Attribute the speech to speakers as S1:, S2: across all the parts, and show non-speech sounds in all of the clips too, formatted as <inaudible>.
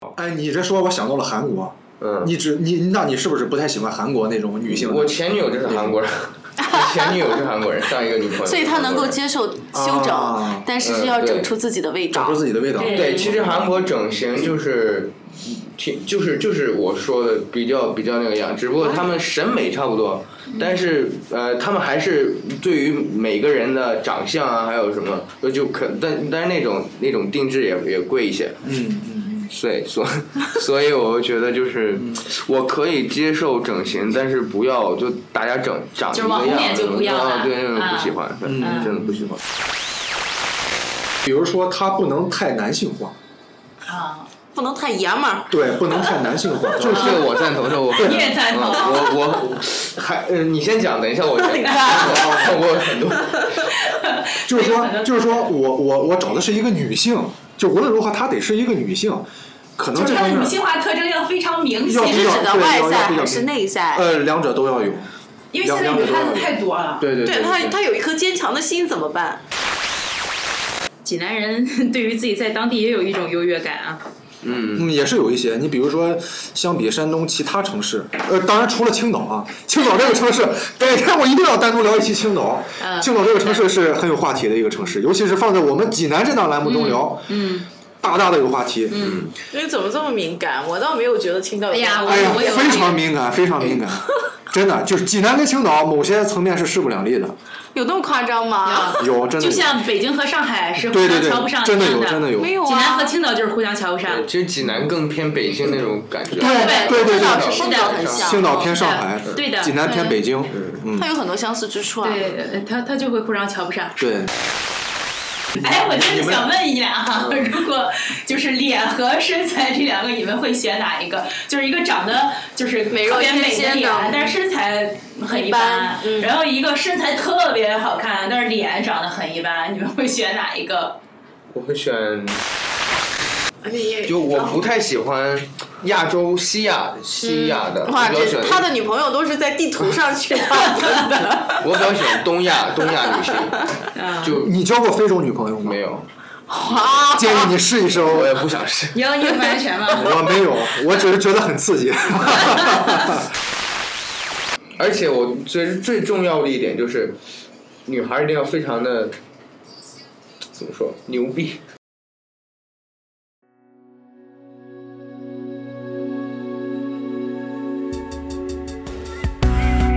S1: 道。
S2: 哎，你这说我想到了韩国，
S1: 嗯，
S2: 你只你那你是不是不太喜欢韩国那种女性的？
S1: 我前女友就是韩
S3: <laughs>
S1: 国人，我前女友是韩国人，上一个女朋友。
S3: 所以他能够。接受修整，
S2: 啊
S3: 但是是
S1: 嗯
S3: 要
S1: 对
S3: 整出自己的味
S2: 找
S3: 道
S2: 出。自己的味道。
S4: 对
S1: 对，其实韩国整形就是，挺就是就是我说的比较比较那个样，只不过他们审美差不多，但是呃，他们还是对于每个人的长相啊，还有什么，就可但但是那种那种定制也也贵一些，
S2: 嗯嗯，
S1: 对，所所以我觉得就是，我可以接受整形，但是不要就大家整长一
S4: 就是
S1: 个
S4: 往后面
S1: 样子，
S4: 就不要了
S1: 啊对，那种
S4: 啊
S1: 不喜欢，对
S2: 嗯
S1: 真的不喜欢。
S2: 比如说她不能太男性化，
S4: 啊，
S3: 不能太爷们儿，
S2: 对，不能太男性
S1: <laughs>
S2: 化，
S1: 这
S2: 就是
S1: 这个我赞同，这个我非常
S4: 你也赞同
S1: 嗯我我还呃，你先讲，等一下我先讲。我有很多，
S2: 就是
S4: 哎
S2: 说，就是说我我我找的是一个女性，就无论如何她得是一个女性，可能
S4: 就是
S2: 这
S4: 它
S2: 方
S4: 的女
S2: 面
S4: 性化特征要非常明
S2: 要
S3: 你
S2: 比
S3: 是
S2: 较
S4: 显，
S3: 指的
S2: 对
S3: 外
S2: 要
S3: 在
S2: 要比较
S3: 还是内在？
S2: 呃两者都要有。
S4: 因为现在女孩子太多了。
S1: 对对
S3: 对他，
S1: 对，
S3: 他有一颗坚强的心怎么办？
S5: 济南人 <laughs> 对于自己在当地也有一种优越感啊。
S1: 嗯，
S2: 嗯，也是有一些。你比如说，相比山东其他城市，呃，当然除了青岛啊，青岛这个城市，改天我一定要单独聊一期青岛。
S5: 嗯
S2: 青岛这个城市是很有话题的一个城市，尤其是放在我们济南这档栏目中聊，
S5: 嗯，
S2: 大大的有话题。
S3: 你怎么这么敏感？我倒没有觉得青岛有
S5: 哎呀
S3: 多
S2: 哎呀
S5: 我有，哎
S2: 非常敏感，非常敏感， <laughs> 真的就是济南跟青岛某些层面是势不两立的，
S3: 有那么夸张吗？
S2: 有真的
S5: 就
S2: 有。
S5: 像北京和上海是互
S2: 对对
S5: 相瞧
S2: 对，
S5: 不上一
S2: 真的
S5: 样
S2: 有，真的有。
S3: 没有
S5: 济南
S3: 啊
S5: 和。青岛就是互相瞧不上。
S1: 对其实济南更偏北京那种感觉。
S2: 对对对
S3: 青岛
S2: 对，
S3: 是
S1: 是
S3: 风
S1: 的
S3: 格很像，
S2: 青岛偏上海，
S5: 对的
S2: 济南偏北京，嗯，
S3: 它有很多相似之处啊。
S5: 对，呃他他就会互相瞧不上。
S2: 对。
S4: 哎，我真的想问一俩哈， <laughs> 如果就是脸和身材这两个，你们会选哪一个？就是一个长得就是
S3: 美若
S4: 特别
S3: 天
S4: 美的
S3: 仙
S4: 脸
S3: 的，
S4: 但是身材很
S3: 一
S4: 一
S3: 般嗯
S4: 然后一个身材特别好看，但是脸长得很一般，你们会选哪一个？
S1: 我会选，
S3: 对
S1: 就我不太喜欢亚洲西亚西亚的，我
S6: 嗯
S3: 哇，
S1: 比较喜
S3: 这他
S1: 欢
S3: 的女朋友都是在地图上去 <laughs> 啊看的，
S1: 我比较喜欢东亚东亚女性，就
S2: 你交过非洲女朋友吗？
S1: 没。有，
S3: 哇，
S2: 建议你试一试
S1: 我也
S2: 哦。
S1: 不想试。
S5: 你要你有发言权吗？
S2: 我没有，我只是觉得很刺激。
S1: 而且我觉得最重要的一点就是，女孩一定要非常的怎么说牛逼。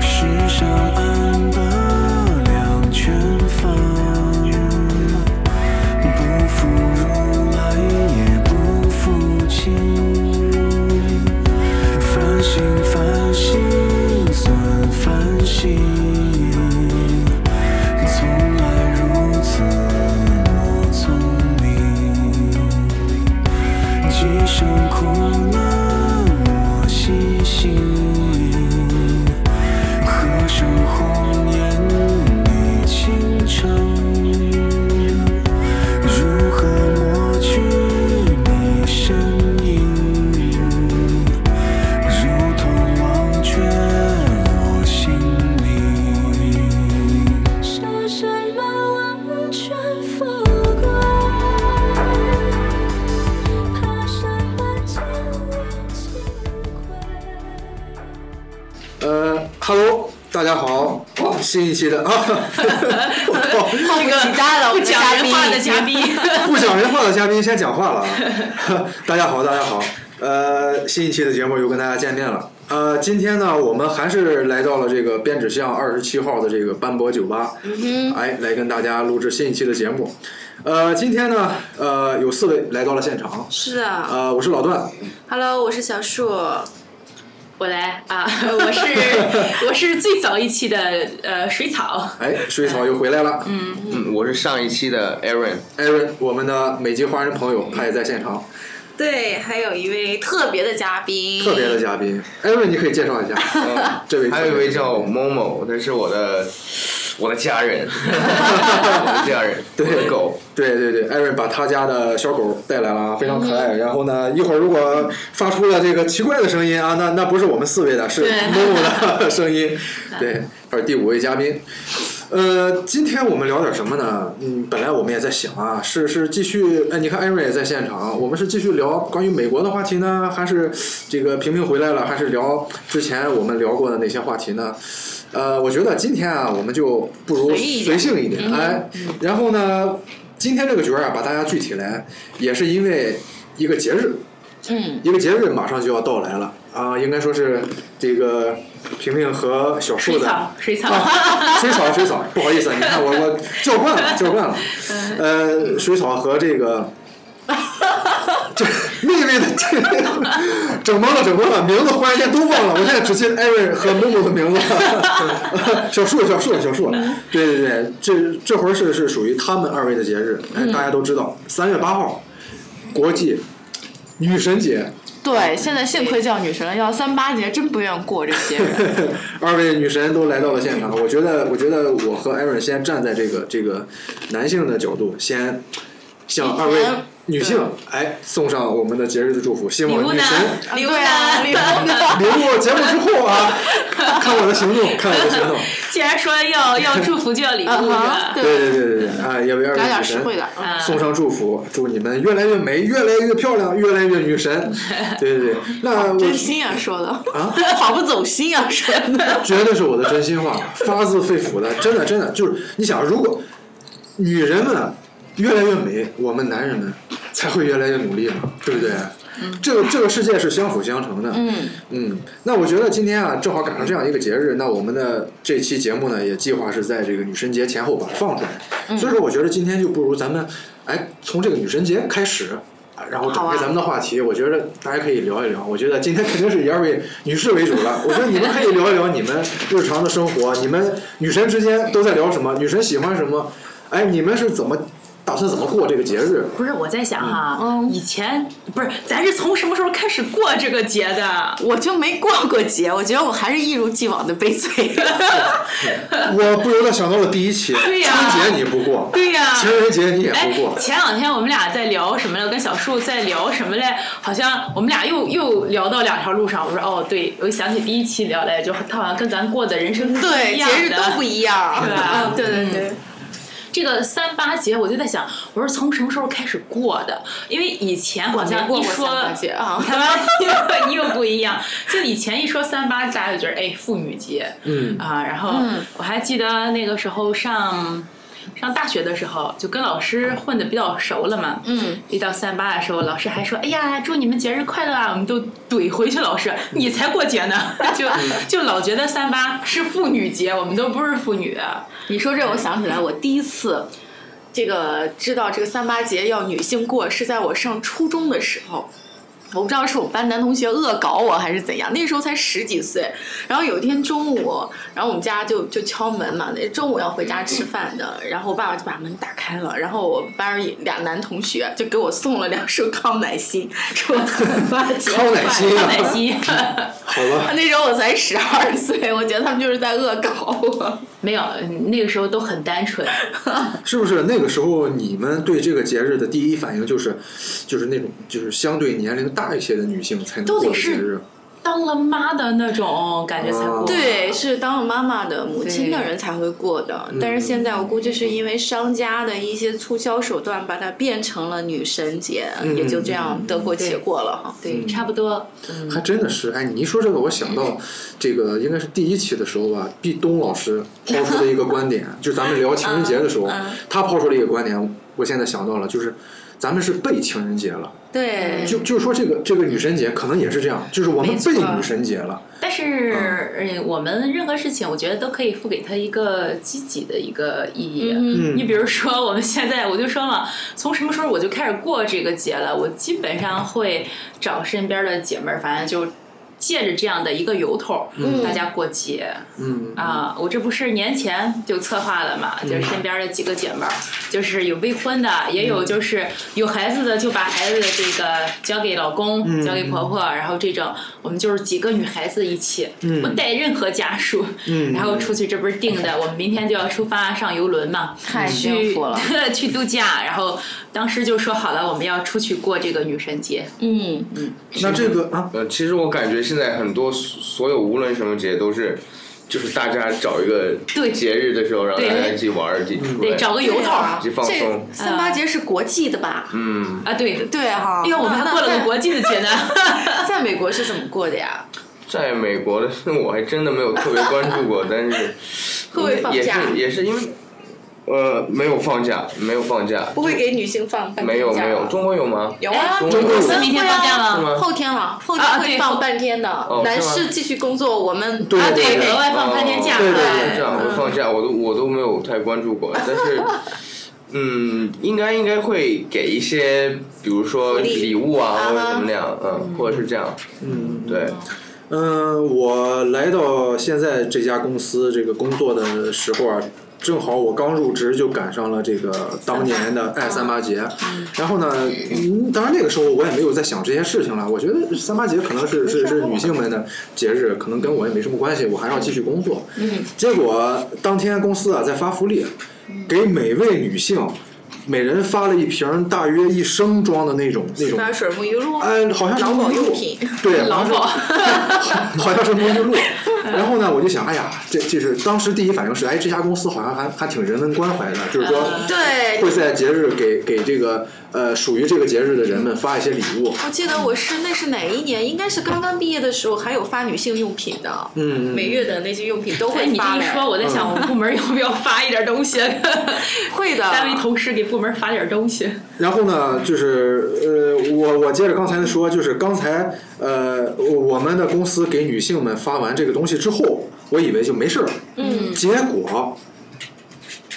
S7: 是上岸的两全方，不负如来也不负卿。反省反省算反省，从来如此我聪明。几生苦难我细心，何生红颜你倾城？如何抹去你身影？如同忘却我心里。
S8: 是什么完全否过？怕什么就有机会？
S2: 呃，Hello，大家好，新一期的啊， <laughs>
S3: 迫不及待了，我
S5: <laughs> 不
S3: 们的
S5: 讲
S3: 嘉
S5: 人
S3: 宾
S5: 话的
S3: 已经
S5: 嘉宾，
S2: 不讲人话的嘉宾先讲话了啊。 <laughs> 大家好，大家好，呃，新一期的节目又跟大家见面了。呃，今天呢，我们还是来到了这个编指巷二十七号的这个斑驳酒吧，哎，来跟大家录制新一期的节目。呃，今天呢，呃，有四位来到了现场，
S3: 是啊
S2: 呃，我是老段，
S3: ，Hello，我是小树，
S5: 我来啊！我是我 <laughs> 是最早一期的呃水草，
S2: 哎，水草又回来了，
S1: 嗯，我是上一期的 Aaron，
S2: Aaron，我们的美籍华人朋友，他也在现场，
S3: 对，还有一位特别的嘉宾，
S2: 特别的嘉宾。Aaron，你可以介绍一下
S1: <laughs>
S2: 这位特别的嘉宾，
S1: 还有一位叫某某，他是我的我的家人，我的家
S5: <laughs>
S1: 人，
S2: 对
S1: 我的狗，
S2: 对对对，Aaron 把他家的小狗带来了啊，非常可爱。然后呢，一会儿如果发出了这个奇怪的声音啊，那那不是我们四位的，是 Momo 的声音。对，还有第五位嘉宾，呃，今天我们聊点什么呢？嗯，本来我们也在想啊，是是继续，哎，你看艾瑞也在现场，我们是继续聊关于美国的话题呢，还是这个平平回来了，还是聊之前我们聊过的那些话题呢？呃，我觉得今天啊，我们就不如
S5: 随意一
S2: 随
S5: 点嗯
S2: 性一点，哎，然后呢，今天这个局儿啊，把大家聚起来，也是因为一个节日，
S5: 嗯，
S2: 一个节日马上就要到来了啊、应该说是这个平平和小树
S5: 水
S2: 的
S5: 草，水草，
S2: 啊，水草水草，不好意思，你看我我叫惯了叫惯了，呃，水草和这个。这另一位的这个整懵了，整懵了，名字忽然间都忘了。我现在只记得艾瑞和某某的名字， <laughs> 小树，小树，小树。对对对，这这回是是属于他们二位的节日，哎，大家都知道，三月八号，国际女神节。
S6: 对，现在幸亏叫女神了，要三八节真不愿过这些
S2: <laughs>
S6: 人。
S2: 二位女神都来到了现场，我觉得，我觉得我和艾瑞先站在这个这个男性的角度，先向二位女性哎送上我们的节日的祝福，希望
S5: <laughs> 礼物
S2: 女
S5: 呢
S2: 神
S5: 啊
S6: 礼物呢？啊礼
S5: <laughs>
S6: 物呢？
S2: 礼物节目之后啊，
S6: <laughs>
S2: 看我的行动，看我的行动，
S5: 既然说要要祝福就要礼
S6: 啊
S5: 物是吧？
S6: 对
S2: 对对对对对啊，也为二位
S6: 来
S2: 女
S6: 点实惠
S2: 神
S6: 的。嗯
S5: 啊
S2: 送上祝福，祝你们越来越美，越来越漂亮，越来越女
S6: <laughs>
S2: 神，对对对，那我
S6: 真心呀、说的
S2: 啊，
S6: <laughs> 好不走心呀、说
S2: <laughs>
S6: 的。
S2: 绝对是我的真心话，发自肺腑的，真的真的就是你想，如果女人们啊越来越美，我们男人们才会越来越努力嘛，对不对？
S6: 嗯
S2: 这个这个世界是相辅相成的。嗯那我觉得今天啊，正好赶上这样一个节日，那我们的这期节目呢，也计划是在这个女神节前后把它放出
S6: 嗯
S2: 来。所以说，我觉得今天就不如咱们哎，从这个女神节开始。啊然后展
S6: 好
S2: 开
S6: 啊
S2: 咱们的话题，我觉得大家可以聊一聊。我觉得今天肯定是以二位女士为主了，我觉得你们可以聊一聊你们日常的生活，你们女神之间都在聊什么，女神喜欢什么，哎，你们是怎么打算怎么过这个节日？
S5: 不是我在想哈，
S6: 嗯
S5: 以前不是咱是从什么时候开始过这个节的？
S6: 我就没过过节，我觉得我还是一如既往的悲催。
S2: 我不由得想到了第一期，
S5: 对呀
S2: 春节你不过，
S5: 对呀
S2: 情人节你也
S5: 哎
S2: 不过，，
S5: 前两天我们俩在聊什么了？跟小树在聊什么嘞？好像我们俩又又聊到两条路上。我说哦，对，我想起第一期聊来，就他好像跟咱过的人生路
S6: <laughs>
S5: 是
S6: 对，
S5: 一样的
S6: 节日都不一样。
S5: 是吧
S6: 嗯，对对对。
S5: 这个三八节，我就在想，我说从什么时候开始过的？因为以前好像一说
S6: 三八节
S5: <laughs>
S6: 啊
S5: 你，看吧，你又不一样。就以前一说三八，大家就觉得哎，妇女节，
S2: 嗯
S5: 啊，然后我还记得那个时候上。上大学的时候，就跟老师混的比较熟了嘛。嗯，一到三八的时候，老师还说：“哎呀，祝你们节日快乐啊！”我们都怼回去，老师你才过节呢， <laughs> 就
S6: 嗯
S5: 就老觉得三八是妇女节，我们都不是妇女。
S6: 你说这，我想起来，我第一次这个知道这个三八节要女性过，是在我上初中的时候。我不知道是我们班男同学恶搞我还是怎样，那时候才十几岁。然后有一天中午，然后我们家就就敲门嘛，那中午要回家吃饭的。然后我爸爸就把门打开了，然后我们班儿有俩男同学就给我送了两束康乃馨，说三八节
S2: 康乃馨
S6: 快乐
S2: 啊
S5: 奶昔。
S2: 好吧，
S6: 那时候我才十二岁，我觉得他们就是在恶搞我。
S5: 没有，那个时候都很单纯。
S2: 是不是那个时候你们对这个节日的第一反应就是，就是那种就是相对年龄大一些的女性才能
S5: 都得
S2: 过的节
S5: 是
S2: 日？
S5: 当了妈的那种感觉才过。
S2: 哦
S6: 对，是当了妈妈的母亲的人才会过的。但是现在我估计是因为商家的一些促销手段，把它变成了女神节，
S2: 嗯
S6: 也就这样得过且过了哈。
S5: 对，差不多。
S2: 还真的是，哎，你一说这个，我想到这个应该是第一期的时候吧，毕东老师抛出的一个观点，就咱们聊情人节的
S5: <laughs>
S2: 时候，
S5: 嗯
S2: 他抛出了一个观点，我现在想到了，就是咱们是被情人节了，
S6: 对，
S2: 嗯就就是说这个这个女神节可能也是这样，就是我们
S5: 没错
S2: 被女神节了，
S5: 但是，呃，我们任何事情，我觉得都可以赋给它一个积极的一个意义。
S2: 嗯
S5: 你比如说，我们现在我就说嘛，从什么时候我就开始过这个节了？我基本上会找身边的姐妹儿，反正就借着这样的一个由头，大家过节。
S2: 嗯
S5: 啊，我这不是年前就策划了嘛，就是身边的几个姐妹儿，就是有未婚的，也
S2: 嗯
S5: 有就是有孩子的，就把孩子的这个交给老公，
S2: 嗯
S5: 交给婆婆，然后这种我们就是几个女孩子一起，
S2: 嗯
S5: 不带任何家属，
S2: 嗯
S5: 然后出去，这不是定的，我们明天就要出发上游轮嘛，
S6: 太
S2: 哎
S6: 幸
S5: 去
S6: 福了。
S5: <laughs> 去度假，然后当时就说好了，我们要出去过这个女神节，
S6: 嗯，
S2: 那这个啊，
S1: 呃，其实我感觉现在很多所所有无论什么节都是，就是大家找一个
S5: 对
S1: 节日的时候，然后
S5: 对
S1: 大家一起玩儿，一起出
S5: 得
S1: 来，
S5: 找个由头儿
S1: 一起放松
S6: 这。三八节是国际的吧？
S1: 嗯，
S5: 啊，对。
S6: 对哈、
S5: 哎呀，我们还过了个国际的节呢。
S6: 那 <laughs> 在美国是怎么过的呀？
S1: 在美国的事我还真的没有特别关注过，但是
S6: 会不会放
S1: 也是
S6: 假？
S1: 也是因为呃没有放假，没有放假，
S6: 不会给女性放半天假
S1: 没有
S6: 吧
S1: 没有，中国有吗？
S6: 有啊，
S1: 中国有
S5: 公司明天放假
S1: 是
S5: 了。
S1: 吗？
S6: 后天了，后
S5: 啊
S6: 天
S5: 对
S6: 会放半天的
S1: 哦，
S6: 男
S1: 是吗
S6: 士继续工作，我们
S2: 对
S5: 啊，
S2: 对
S5: 对，额外放半天假。
S2: 对对
S1: 哦对这样会放假，我都我都没有太关注过，但是。嗯，应该应该会给一些，比如说礼物啊，或者怎么样，嗯，或者是这样，
S2: 嗯，
S1: 对，
S2: 嗯，我来到现在这家公司这个工作的时候啊，正好我刚入职就赶上了这个当年的爱三八节。然后呢，嗯，当然那个时候我也没有在想这些事情了。我觉得三八节可能是是是女性们的节日，可能跟我也没什么关系，我还要继续工作。嗯。结果当天公司啊在发福利，给每位女性每人发了一瓶大约一升装的那种那种
S6: 发水沐浴露，
S2: 嗯，好像是
S6: 劳保
S2: 沐浴露
S6: 用品， <laughs>
S2: 对，劳保， <laughs> 好像是沐浴露。然后呢，我就想，哎呀，这就是当时第一反应是，哎，这家公司好像还还挺人文关怀的，就是说
S6: 嗯对
S2: 会在节日给给这个呃属于这个节日的人们发一些礼物。
S6: 我记得我是那是哪一年？应该是刚刚毕业的时候，还有发女性用品的，
S2: 嗯嗯
S6: 每月的那些用品都
S5: 哎，
S6: 会
S5: 你这
S6: 发
S5: 一
S6: 嘞。
S5: 说，我在想，我们部门要不要发一点东 <laughs> 西？
S6: <laughs> 会的，
S5: 单位同事给部门发点东西。
S2: 然后呢，就是呃，我我接着刚才的说，就是刚才呃，我们的公司给女性们发完这个东西之后，我以为就没事儿了，嗯，结果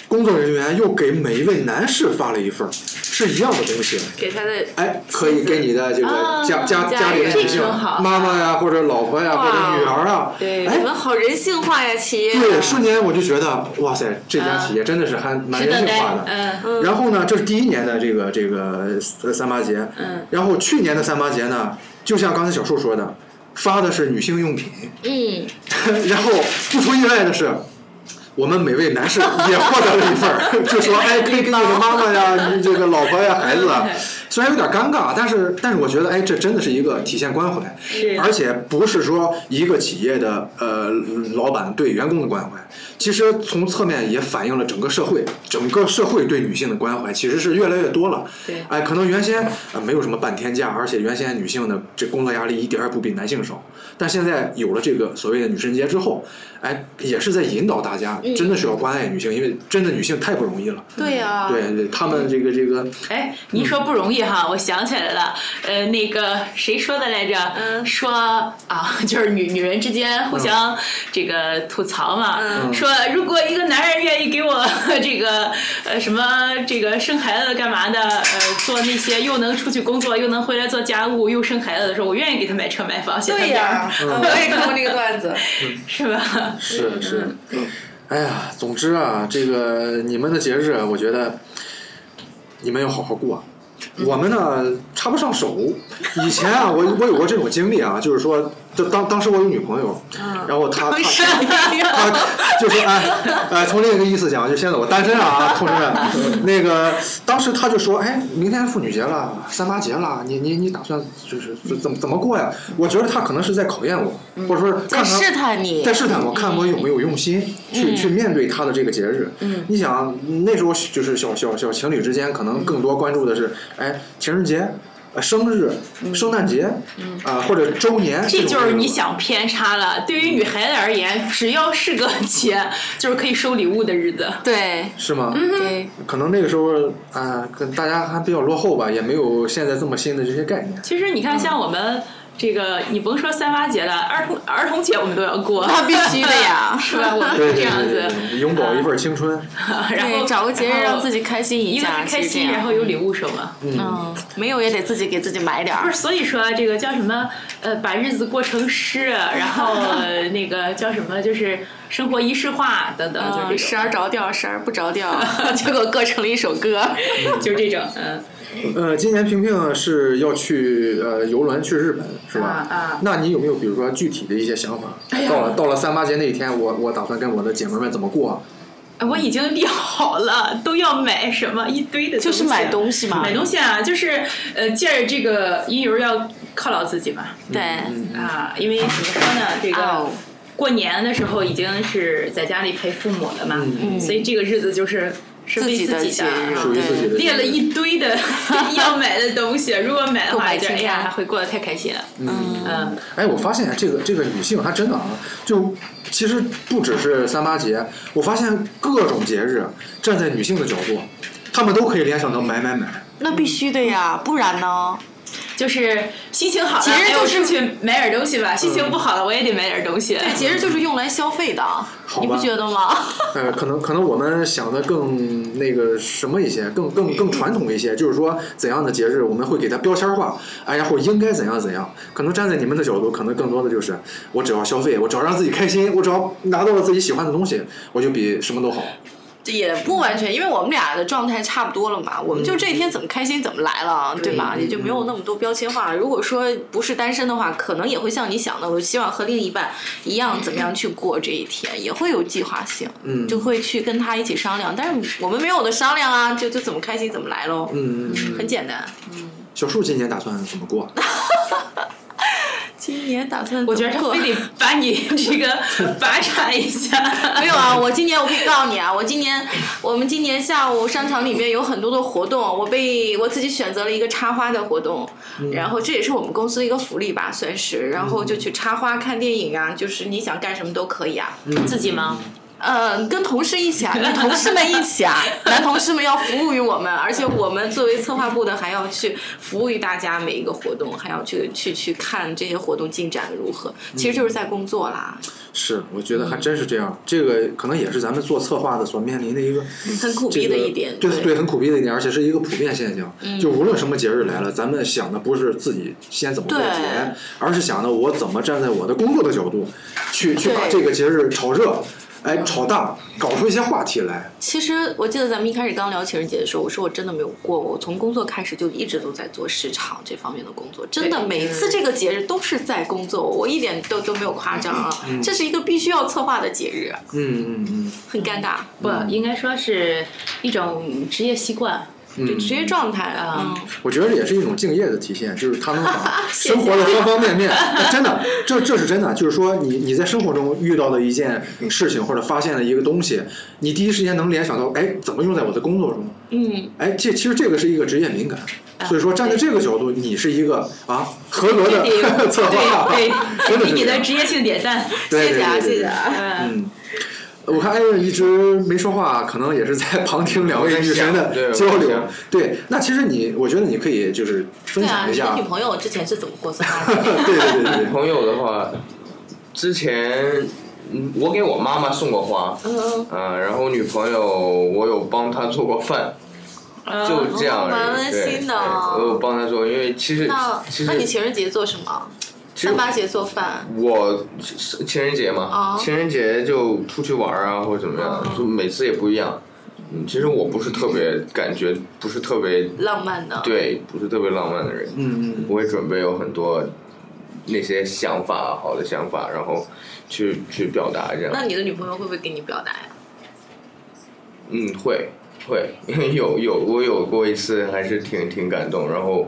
S2: 工作人员又给每一位男士发了一份儿，是一样的东西。
S6: 给他的
S2: 哎，可以给你的这个家、家
S6: 家
S2: 家里的
S6: 人
S2: 女性
S5: 这个好
S2: 妈妈呀，或者老婆呀，
S6: 哇
S2: 或者女儿啊，
S6: 对，
S2: 哎
S6: 你，们好人性化呀，企业。啊嗯
S2: 对，瞬间我就觉得，哇塞，这家企业真的是还蛮人性化的。
S5: 嗯，
S2: 然后呢，这是第一年的这个这个呃三八节，
S6: 嗯，
S2: 然后去年的三八节呢，就像刚才小树说的，发的是女性用品，
S6: 嗯，
S2: <laughs> 然后不出意外的是。我们每位男士也获得了一份儿，就说哎，可以给你的妈妈呀、你这个老婆呀、孩子啊，虽然有点尴尬，但是但是我觉得哎，这真的是一个体现关怀，而且不是说一个企业的呃老板对员工的关怀，其实从侧面也反映了整个社会，整个社会对女性的关怀其实是越来越多了。对，哎，可能原先呃没有什么半天假，而且原先女性的这工作压力一点儿也不比男性少，但现在有了这个所谓的女神节之后，哎，也是在引导大家，真的是要关爱女性，因为真的女性太不容易了。
S6: 对呀，
S2: 对对，她们这个这个，
S5: 哎，你一说不容易哈，我想起来了，呃，那个谁说的来着？
S6: 嗯
S5: 说啊， <laughs> 就是女女人之间互相这个吐槽嘛，
S6: 嗯
S5: 说如果一个男人愿意给我 <laughs> 这个呃什么这个生孩子干嘛的，呃，做那些又能出去工作，又能回来做家务，又生孩子的时候，我愿意给他买车买房，写他
S6: 对嗯
S5: 名
S6: 呀
S5: 儿，，
S6: 我也看过那个段 <laughs> 子。
S5: 是吧？
S2: 是是，哎呀，总之啊，这个你们的节日，啊我觉得你们要好好过。我们呢插不上手。以前啊，我我有过这种经历啊，就是说，就当当时我有女朋友，然后她她她就说哎哎，从另一个意思讲，就现在我单身啊，同志 <laughs> 们，那个当时她就说，哎，明天妇女节了，三八节了，你你你打算就是怎么怎么过呀？我觉得她可能是在考验我，或者说看看
S6: 探你
S2: 嗯在试探我看我
S5: 嗯
S2: 有没有用心去、去面对他的这个节日。嗯，你想那时候就是小小小情侣之间，可
S5: 嗯
S2: 能更多关注的是，哎，情人节、呃生日、圣诞节，嗯啊、或者周年种
S5: 这
S2: 日子，
S5: 就是你想偏差了。对于女孩子而言，只要是个节，就是可以收礼物的日子。
S6: 对
S2: 是吗？
S5: 嗯
S6: 对，
S2: 可能那个时候啊，跟、大家还比较落后吧，也没有现在这么新的这些概念。
S5: 其实你
S6: 嗯
S5: 看，像我们这个，你甭说三八节了，儿童儿童节我们都要
S6: <laughs>
S5: 过，
S6: 那啊必须的
S5: <laughs>
S6: 呀 <laughs>
S5: 是吧？我们是这样子，啊
S2: 永葆一份青春。
S5: 然
S6: 对
S5: 后
S6: 找个节日让自
S5: 己
S6: 己开心
S5: 一个
S6: 下，
S5: 是
S6: 其实
S5: 开
S6: 这
S5: 心，
S6: 样
S5: 然后有礼物收嘛。
S6: 嗯，没有也得自己给自己买点
S5: 不
S6: 儿
S5: 是，。所以说啊这个叫什么？呃，把日子过成诗，然
S6: <laughs>
S5: 后呃那个叫什么？就是生活仪式化等等，就
S6: 嗯，
S5: 这
S6: 时
S5: 种，
S6: 而着调，时而不着调，结果各成了一首歌。
S5: <laughs> 就这种，嗯，
S2: 呃，今年萍萍是要去呃游轮去日本，是吧？
S5: 啊啊哎
S2: 那你有没有比如说具体的一些想法？到了到了三八节那一天，我我打算跟我的姐妹们怎么过？
S5: 哎我已经列好了，都要买什么一堆的，
S6: 就是买东西嘛
S5: 买东西啊，就是呃，借着这个因由要犒劳自己嘛，
S6: 对，
S5: 嗯啊，因为怎么说呢，这个、
S6: 哦，
S5: 过年的时候已经是在家里陪父母了嘛，所以这个日子就是是为
S6: 嗯的
S5: 己
S6: 节
S5: 的
S6: 日，
S5: 啊
S2: 属于自己的
S5: 列了一堆
S6: <laughs>
S5: 的要买的东西，如果买的
S6: 购
S5: 话，
S6: 买
S5: 就
S6: 清
S5: 哎呀
S6: 单，
S5: 还会过得太开心了。
S2: 嗯，
S5: 嗯，
S2: 哎，我发现这个这个女性她真的啊，就其实不只是三八节，我发现各种节日站在女性的角度，她们都可以联想到买买买。
S6: 那必须的呀，不然呢？
S5: 就是心情好了，
S6: 节日
S5: 哎
S6: 就
S5: 我
S6: 是
S5: 出去买点东西吧；心情不好了，我也得买点东 <laughs> 西。
S6: 对，节日就是用来消费的，
S2: 吧
S6: 你不觉得吗？
S2: 呃，可能可能我们想的更那个什么一些，更更更传统一些，就是说怎样的节日我们会给它标签化，哎呀，或应该怎样怎样。可能站在你们的角度，可能更多的就是我只要消费，我只要让自己开心，我只要拿到了自己喜欢的东西，我就比什么都好。
S6: 这也不完全，因为我们俩的状态差不多了嘛，我
S5: 嗯
S6: 们就这一天怎么开心怎么来了，对吧？也就没有那么多标签化。
S5: 嗯
S6: 如果说不是单身的话，可能也会像你想的，我希望和另一半一样怎么样去过这一天，也会有计划性，
S2: 嗯
S6: 就会去跟他一起商量。但是我们没有的商量啊，就就怎么开心怎么来喽，
S2: 嗯，
S6: 很简单。
S2: 小树今年打算怎么过？
S6: 今年打算
S5: 我觉得
S6: 怎么过
S5: 他非 <laughs> 得把你这个 <laughs> 拔插一下。
S6: <laughs> 没有啊，我今年我可以告诉你啊，我今年我们今年下午商场里面有很多的活动，我被我自己选择了一个插花的活动，
S2: 嗯
S6: 然后这也是我们公司的一个福利吧，算是，然后就去插花、看电影
S2: 嗯
S6: 啊，就是你想干什么都可以啊。
S5: 自己吗？
S6: 呃，跟同事一
S2: <laughs>
S6: 起啊，跟同事们一起啊，男同事们要服务于我们，而且我们作为策划部的还要去服务于大家每一个活动，还要去去去看这些活动进展如何，其实就是在工作啦，
S2: 是，我觉得还真是这样。这个可能也是咱们做策划的所面临的一个
S6: 很苦
S2: 嗯这
S6: 逼
S2: 个
S6: 的一点，嗯
S2: 对对，很苦逼的一点，而且是一个普遍现象。就无论什么节日来了，咱们想的不是自己先怎么过
S6: 对
S2: 节，而是想的我怎么站在我的工作的角度，去去把这
S6: 对
S2: 个节日炒热，哎，炒大，搞出一些话题来。
S6: 其实我记得咱们一开始刚聊情人节的时候，我说我真的没有过，我从工作开始就一直都在做市场这方面的工作，真的每次这个节日都是在工作，我一点都都没有夸张啊，
S1: 嗯
S6: 这是一个必须要策划的节日，
S2: 嗯嗯嗯
S6: 很尴尬，
S5: 不，应该说是一种职业习惯。
S1: 嗯
S6: 就职业状态啊，嗯
S2: 我觉得也是一种敬业的体现，就是他能把生活的方方面面，哎真的，这这是真的，就是说你你在生活中遇到的一件事情或者发现的一个东西，你第一时间能联想到，哎，怎么用在我的工作中？嗯，哎，这其实这个是一个职业敏感，所以说站在这个角度，你是一个啊合格的 <laughs> 策划，
S5: <laughs>
S2: 啊
S5: 对
S2: 真的
S5: 对，
S2: 是
S5: 给你
S2: 这
S5: 的
S2: 样
S5: 职业性点赞。
S2: 对对
S6: 谢谢啊
S2: 对对
S6: 谢谢
S2: 对
S6: 啊
S5: 嗯，
S2: 嗯。我看艾瑞一直没说话，可能也是在旁听两位女神
S1: 我在
S2: 的
S1: 想对
S2: 交
S1: 我在
S2: 流
S1: 想。
S2: 对，那其实你，我觉得你可以就是分
S6: 对啊，
S2: 享一
S6: 你
S2: 下
S6: 的女，朋友之前是怎么过生活的？
S2: <laughs> 对对对对，
S1: 朋友的话，之前嗯我给我妈妈送过花，嗯、然后女朋友我有帮她做过饭，就这样而已，
S6: 蛮啊温馨的哦
S1: 对对我有帮她做，因为 <laughs> 其实
S6: 那
S1: 其
S6: 那你
S1: 实
S6: 情人节做什么？
S1: 其
S6: 三
S1: 实
S6: 八节做饭，
S1: 我是情人节嘛，
S6: 哦
S1: 情人节就出去玩啊，或者怎么样，就每次也不一样。嗯，其实我不是特别感觉，不是特别
S6: 浪漫的，
S1: 对，不是特别浪漫的人。
S2: 嗯嗯
S1: 我会准备有很多那些想法，好的想法，然后去去表达这
S6: 那
S1: 样。
S6: 你的女朋友会不会给你表达呀？
S1: 嗯，会会，有有我有过一次，还是挺挺感动。然后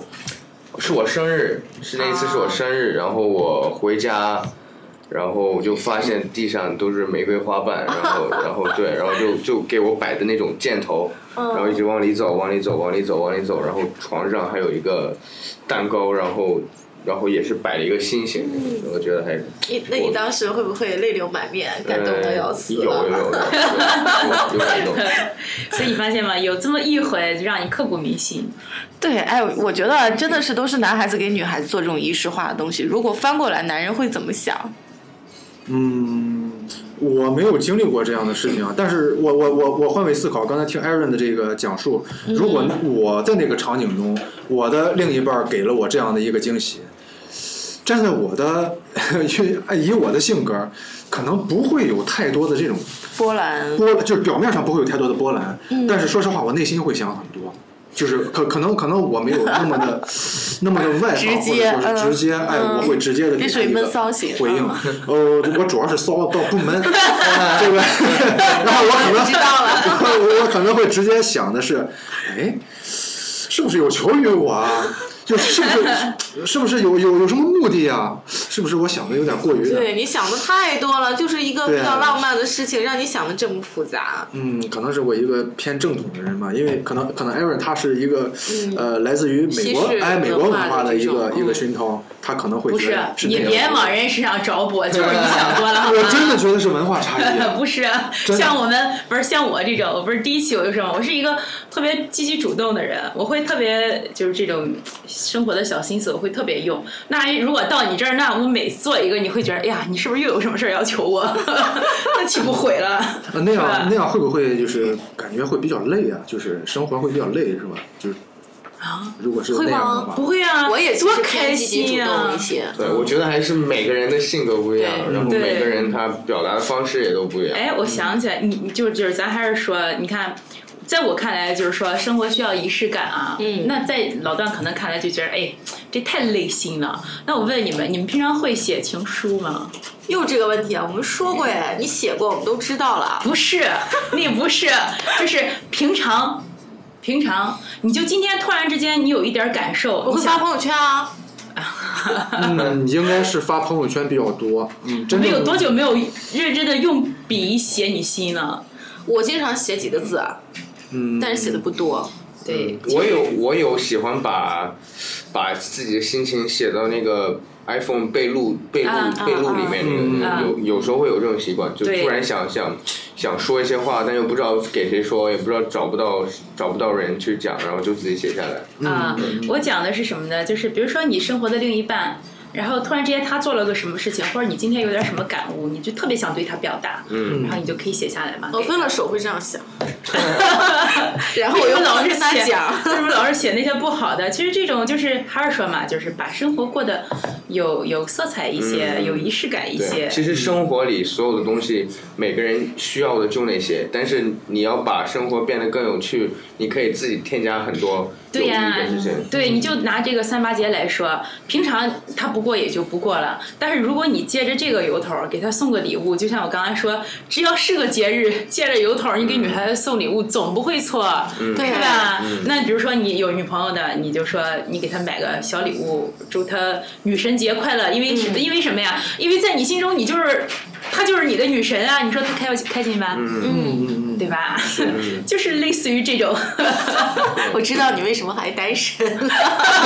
S1: 是我生日，是那一次是
S6: 啊
S1: 我生日，然后我回家。然后我就发现地上都是玫瑰花瓣，然后，然后对，然后就就给我摆的那种箭头，
S6: 嗯
S1: 然后一直往里走，往里走，往里走，往里走，然后床上还有一个蛋糕，然后，然后也是摆了一个心形，
S6: 嗯
S1: 我觉得还
S6: 你那你当时会不会泪流满面，感动的要死
S1: 有呃有有
S6: 了？
S1: 有有有感动，
S5: <laughs> 所以你发现吗？有这么一回，让你刻骨铭心。
S6: 对，哎，我觉得真的是都是男孩子给女孩子做这种仪式化的东西。如果翻过来，男人会怎么想？
S2: 嗯，我没有经历过这样的事情啊，但是我我我我换位思考，刚才听艾瑞的这个讲述，如果那我在那个场景中，我的另一半儿给了我这样的一个惊喜，站在我的以以我的性格儿，可能不会有太多的这种
S6: 波澜，
S2: 波，就是表面上不会有太多的波澜，
S6: 嗯
S2: 但是说实话，我内心会想很多。就是可可能可能我没有那么的那么的外放，
S6: <laughs> 直接
S2: 或者说是直接，
S6: 嗯
S2: 哎，
S6: 嗯
S2: 我会直接的给
S6: 这
S2: 他
S6: 属于
S2: 一个
S6: 闷骚型
S2: 回应 <laughs>
S6: 嗯。
S2: 呃，我主要是骚到不
S6: <laughs>
S2: 闷，这个， <laughs> 然后我可能
S6: 知道了
S2: <laughs> 我我可能会直接想的是，哎，是不是有求于我啊？就是不是是不是有有有什么目的啊？是不是我想的有点过于的？
S6: 对你想的太多了，就是一个比
S2: 对啊
S6: 较浪漫的事情，让你想的这么复杂。
S2: 嗯，可能是我一个偏正统的人吧，因为可能可能 Aaron 他是一个、
S5: 嗯
S2: 呃来自于美国
S6: 西式
S2: 哎美国
S6: 文
S2: 文
S6: 化
S2: 化
S6: 的
S2: 的一
S6: 这
S2: 个、
S6: 种
S2: 一个
S6: 嗯
S2: 熏陶，他可能会
S5: 不
S2: 觉
S5: 是
S2: 得，是
S5: 你
S2: 那样
S5: 别
S2: 的
S5: 往人身上找补，就是你想
S2: <laughs>
S5: 多了，好
S2: 我真
S5: 吗？
S2: 的觉得是文化差异。啊
S5: <laughs> 不是啊
S2: 真的
S5: 像我们不是像我这种，我不是第一期我就说嘛，我是一个特别积极主动的人，我会特别就是这种生活的小心思，我会特别用。那如果到你这儿，那我每做一个，你会觉得，哎呀，你是不是又有什么事儿要求我？ <laughs> 那岂不毁了？ <laughs>
S2: 呃那样
S5: 对
S2: 那样会不会就是感觉会比较累啊？就是生活会比较累是吧？就是啊，如果是那样的话，
S5: 不会啊，
S6: 我也
S5: 多
S6: 就是
S5: 开
S6: 偏积极
S5: 心
S6: 主动
S5: 啊
S6: 一！些，
S1: 对，我觉得还是每个人的性格不一样，
S5: 对
S1: 然后
S5: 对
S1: 每个人他表达的方式也都不一样。
S5: 哎，我想起来，你你就是就是咱还是说，你看，在我看来就是说，生活需要仪式感啊。嗯。那在老段可能看来就觉得，哎，这太累心了。那我问你们，你们平常会写情书吗？
S6: 又这个问题啊，我们说过哎，你写过，我们都知道了。
S5: 不是，那不是，就是平常。平常，你就今天突然之间，你有一点感受，
S6: 我
S5: 你
S6: 会
S5: 想
S6: 发朋友圈啊，
S2: 嗯，你应该是发朋友圈比较多。嗯，真
S5: 你
S2: 正
S5: 有多 <laughs> 久没有认真的用笔写你心了？
S6: 我经常写几个字啊，
S2: 嗯，
S6: 但是写的不多。
S5: 对，
S1: 嗯我有我有喜欢把把自己的心情写到那个 iPhone 备录备录
S5: 啊啊
S1: 备录里面那
S5: 啊
S1: 个，有有时候会有这种习惯，就
S5: 对
S1: 突然想想想说一些话，但又不知道给谁说，也不知道找不到找不到人去讲，然后就自己写下来。
S5: 啊、我讲的是什么呢？就是比如说你生活的另一半，然后突然之间他做了个什么事情，或者你今天有点什么感悟，你就特别想对他表达，
S1: 嗯
S5: 然后你就可以写下来嘛。
S6: 我
S5: 给 <laughs>
S6: 分了手会这样想，然后我
S5: 为
S6: 又
S5: 什么老
S6: 老是
S5: 是
S6: 跟他
S5: 写
S6: 讲，
S5: 为什么老是写那些不好的？其实这种就是还是说嘛，就是把生活过得有有色彩一些，
S1: 嗯
S5: 有仪式感一
S1: 对，
S5: 些。
S1: 其实生活里所有的东西，每个人需要的就那些，但是你要把生活变得更有趣，你可以自己添加很多有
S5: 对
S1: 意义
S5: 呀、嗯
S1: 的事情。
S5: 对，你就拿这个三八节来说，平常他不过也就不过了，但是如果你借着这个由头儿给他送个礼物，就像我刚才说，只要是个节日，借着由头儿你给女孩子送礼物总不会错，
S6: 对
S5: 是吧？那比如说你有女朋友的，你就说你给她买个小礼物，祝她女神节快乐，因为什、
S2: 嗯
S5: 因为什么呀？因为在你心中你就是她就是你的女神啊，你说她开不开心吧？
S2: 嗯嗯嗯，
S5: 对吧？ <laughs> 就是类似于这种， <laughs>
S6: 我知道你为什么还单身。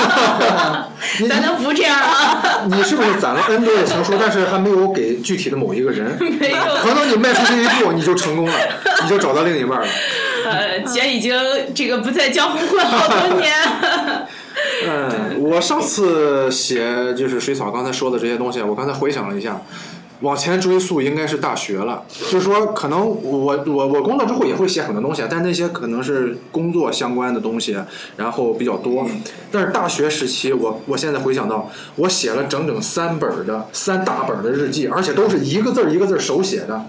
S5: <laughs> 咱能不这样啊？
S2: 你是不是攒了 N 多的情书，但是还没有给具体的某一个人？
S5: 没有， <laughs>
S2: 可能你迈出这一步，你就成功了，你就找到另一半了。
S5: 呃，姐已经这个不在江湖混好多年。
S2: 嗯，我上次写就是水草刚才说的这些东西，啊我刚才回想了一下，往前追溯应该是大学了。就是说，可能我我我工作之后也会写很多东西，啊但那些可能是工作相关的东西，啊然后比较多。但是大学时期，我我现在回想到，我写了整整三本儿的三大本儿的日记，而且都是一个字儿一个字儿手写的。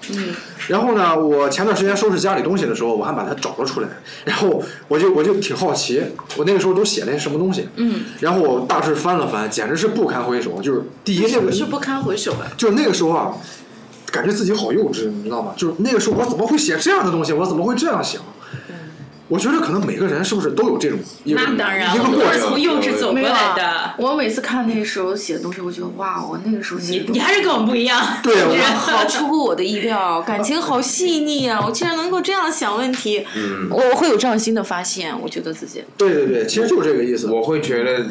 S2: 然后呢，我前段时间收拾家里东西的时候，我还把它找了出来，然后我就我就挺好奇，我那个时候都写了些什么东西。嗯，然后我大致翻了翻，简直是不堪回首。就是第一，那个
S6: <laughs> 是不堪回首啊！
S2: 就是那个时候啊，感觉自己好幼稚，你知道吗？就是那个时候我怎么会写这样的东西？我怎么会这样想？我觉得可能每个人是不是都有这种一个
S5: 那当然，
S2: 一个
S5: 我
S2: 过
S5: 都是
S2: 程？
S5: 从幼稚走过
S6: 没有
S5: 来
S6: 啊
S5: 的。，
S6: 我每次看那时候写的东西，我觉得哇，我那个时候写
S5: 你
S6: 的东
S5: 你
S6: 西
S5: 还是跟我们不一样。
S2: 对，我
S6: 好出乎我的意 <laughs> 料，感情好细腻啊！我竟然能够这样想问题，我会有这样新的发现，我觉得自己
S2: 对对对，其实就是这个意思。
S1: 我会觉得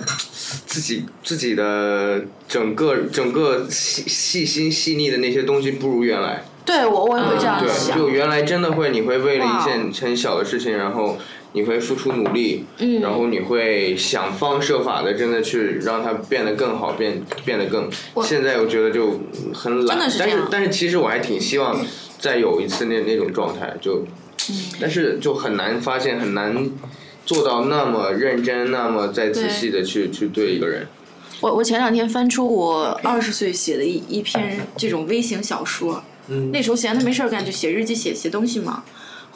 S1: 自己自己的整个整个细细心细腻的那些东西不如原来，
S6: 对我我也会这样
S1: 嗯对，
S6: 想。
S1: 就原来真的会，你会为了一
S6: 哇
S1: 件很小的事情，然后你会付出努力，嗯，然后你会想方设法的真的去让它变得更好，变变得更。现在我觉得就很懒，
S6: 真的是这
S1: 但
S6: 样
S1: 是但是其实我还挺希望再有一次那那种状态，就，
S6: 嗯
S1: 但是就很难发现，很难。做到那么认真，那么再仔细的去去对一个人，
S6: 我我前两天翻出我二十岁写的一一篇这种微型小说，
S2: 嗯
S6: 那时候闲的没事儿干就写日记写写东西嘛。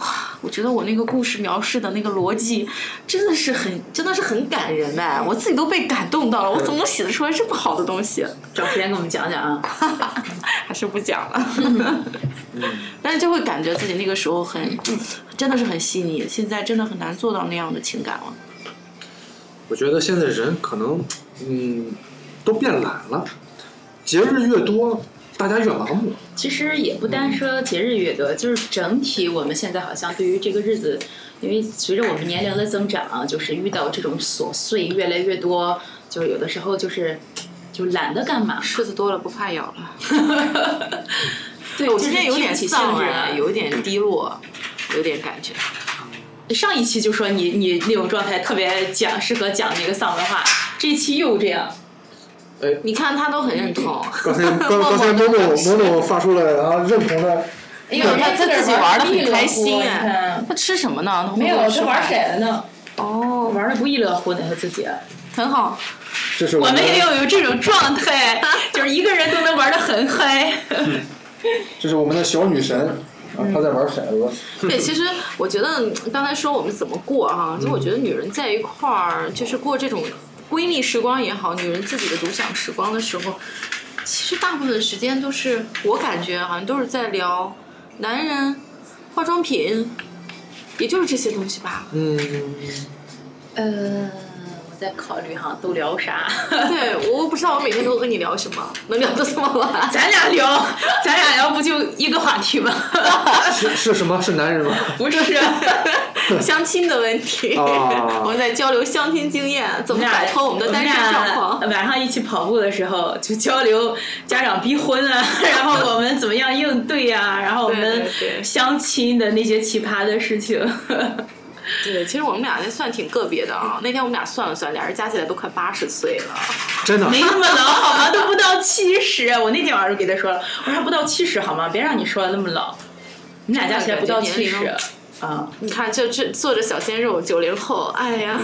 S6: 哇，我觉得我那个故事描述的那个逻辑，真的是很真的是很感人哎，我自己都被感动到了，我怎么能写得出来这么好的东西？
S5: 找时间给我们讲讲啊。
S6: 还是不讲了。但是就会感觉自己那个时候很，真的是很细腻，现在真的很难做到那样的情感了。
S2: 我觉得现在人可能，嗯，都变懒了。节日越多，大家越麻木。
S5: 其实也不单说节日越多，就是整体我们现在好像对于这个日子，因为随着我们年龄的增长，就是遇到这种琐碎越来越多，就是有的时候就是就懒得干嘛。
S6: 柿子多了不怕咬了。
S5: 对，
S6: 我
S5: 就是
S6: 今天有点
S5: 提起
S6: 丧
S5: 兴致
S6: 啊，
S5: 来
S6: 有点低落，有点感觉。
S5: 上一期就说你你那种状态特别讲适合讲那个丧文化，这一期又这样，
S6: 你看他都很认同，
S2: 刚才刚刚才某某某某发出了然后认同的，
S5: 因
S6: 为哎他自己玩得很开心哎
S5: 哎。
S6: 他吃什么呢？
S5: 没有，
S6: 吃饭
S5: 他玩骰子呢，
S6: 哦，
S5: 玩的不亦乐乎呢，他自己。
S6: 很好。
S2: 这是我
S5: 我
S2: 们
S5: 们也有有这种状态，就是一个人都能玩的很嗨。
S2: 这是我们的小女神啊，她在玩骰子。
S6: 对，其实我觉得嗯刚才说我们怎么过啊，就我觉得女人在一块儿，就是过这种闺蜜时光也好，女人自己的独享时光的时候，其实大部分时间都是我感觉好像都是在聊男人、化妆品，也就是这些东西吧。
S2: 嗯，
S6: 嗯
S5: 呃，我在考虑哈，都聊啥？ <laughs>
S6: 对，我不知道我每天都和你聊什么，能聊到这么晚。
S5: 咱俩聊，咱俩聊不就一个话题吗？ <laughs>
S2: 是是什么？是男人吗？
S5: 不是，
S6: <laughs> 相亲的问题，
S2: 啊
S6: <laughs> 我们在交流相亲经验，怎
S5: 我
S6: 么摆脱我们呃的单身状况。
S5: 晚上一起跑步的时候，就交流家长逼婚啊， <laughs> 然后我们怎么样应对呀、然后我们
S6: 对对对
S5: 相亲的那些奇葩的事情。 <laughs>
S6: 对，其实我们俩那算挺个别的啊。那天我们俩算了算，俩人加起来都快八十岁了。
S2: <laughs> 真的
S5: 没那
S6: <laughs>
S5: 么老好吗？都不到七十。啊我那天晚上就给他说了，我说还不到七十好吗？别让你说的那么老。你俩加起来不到七
S6: 真
S5: 十
S6: 的
S5: 啊？
S6: 你看，这这坐着小鲜肉，九零后，哎呀，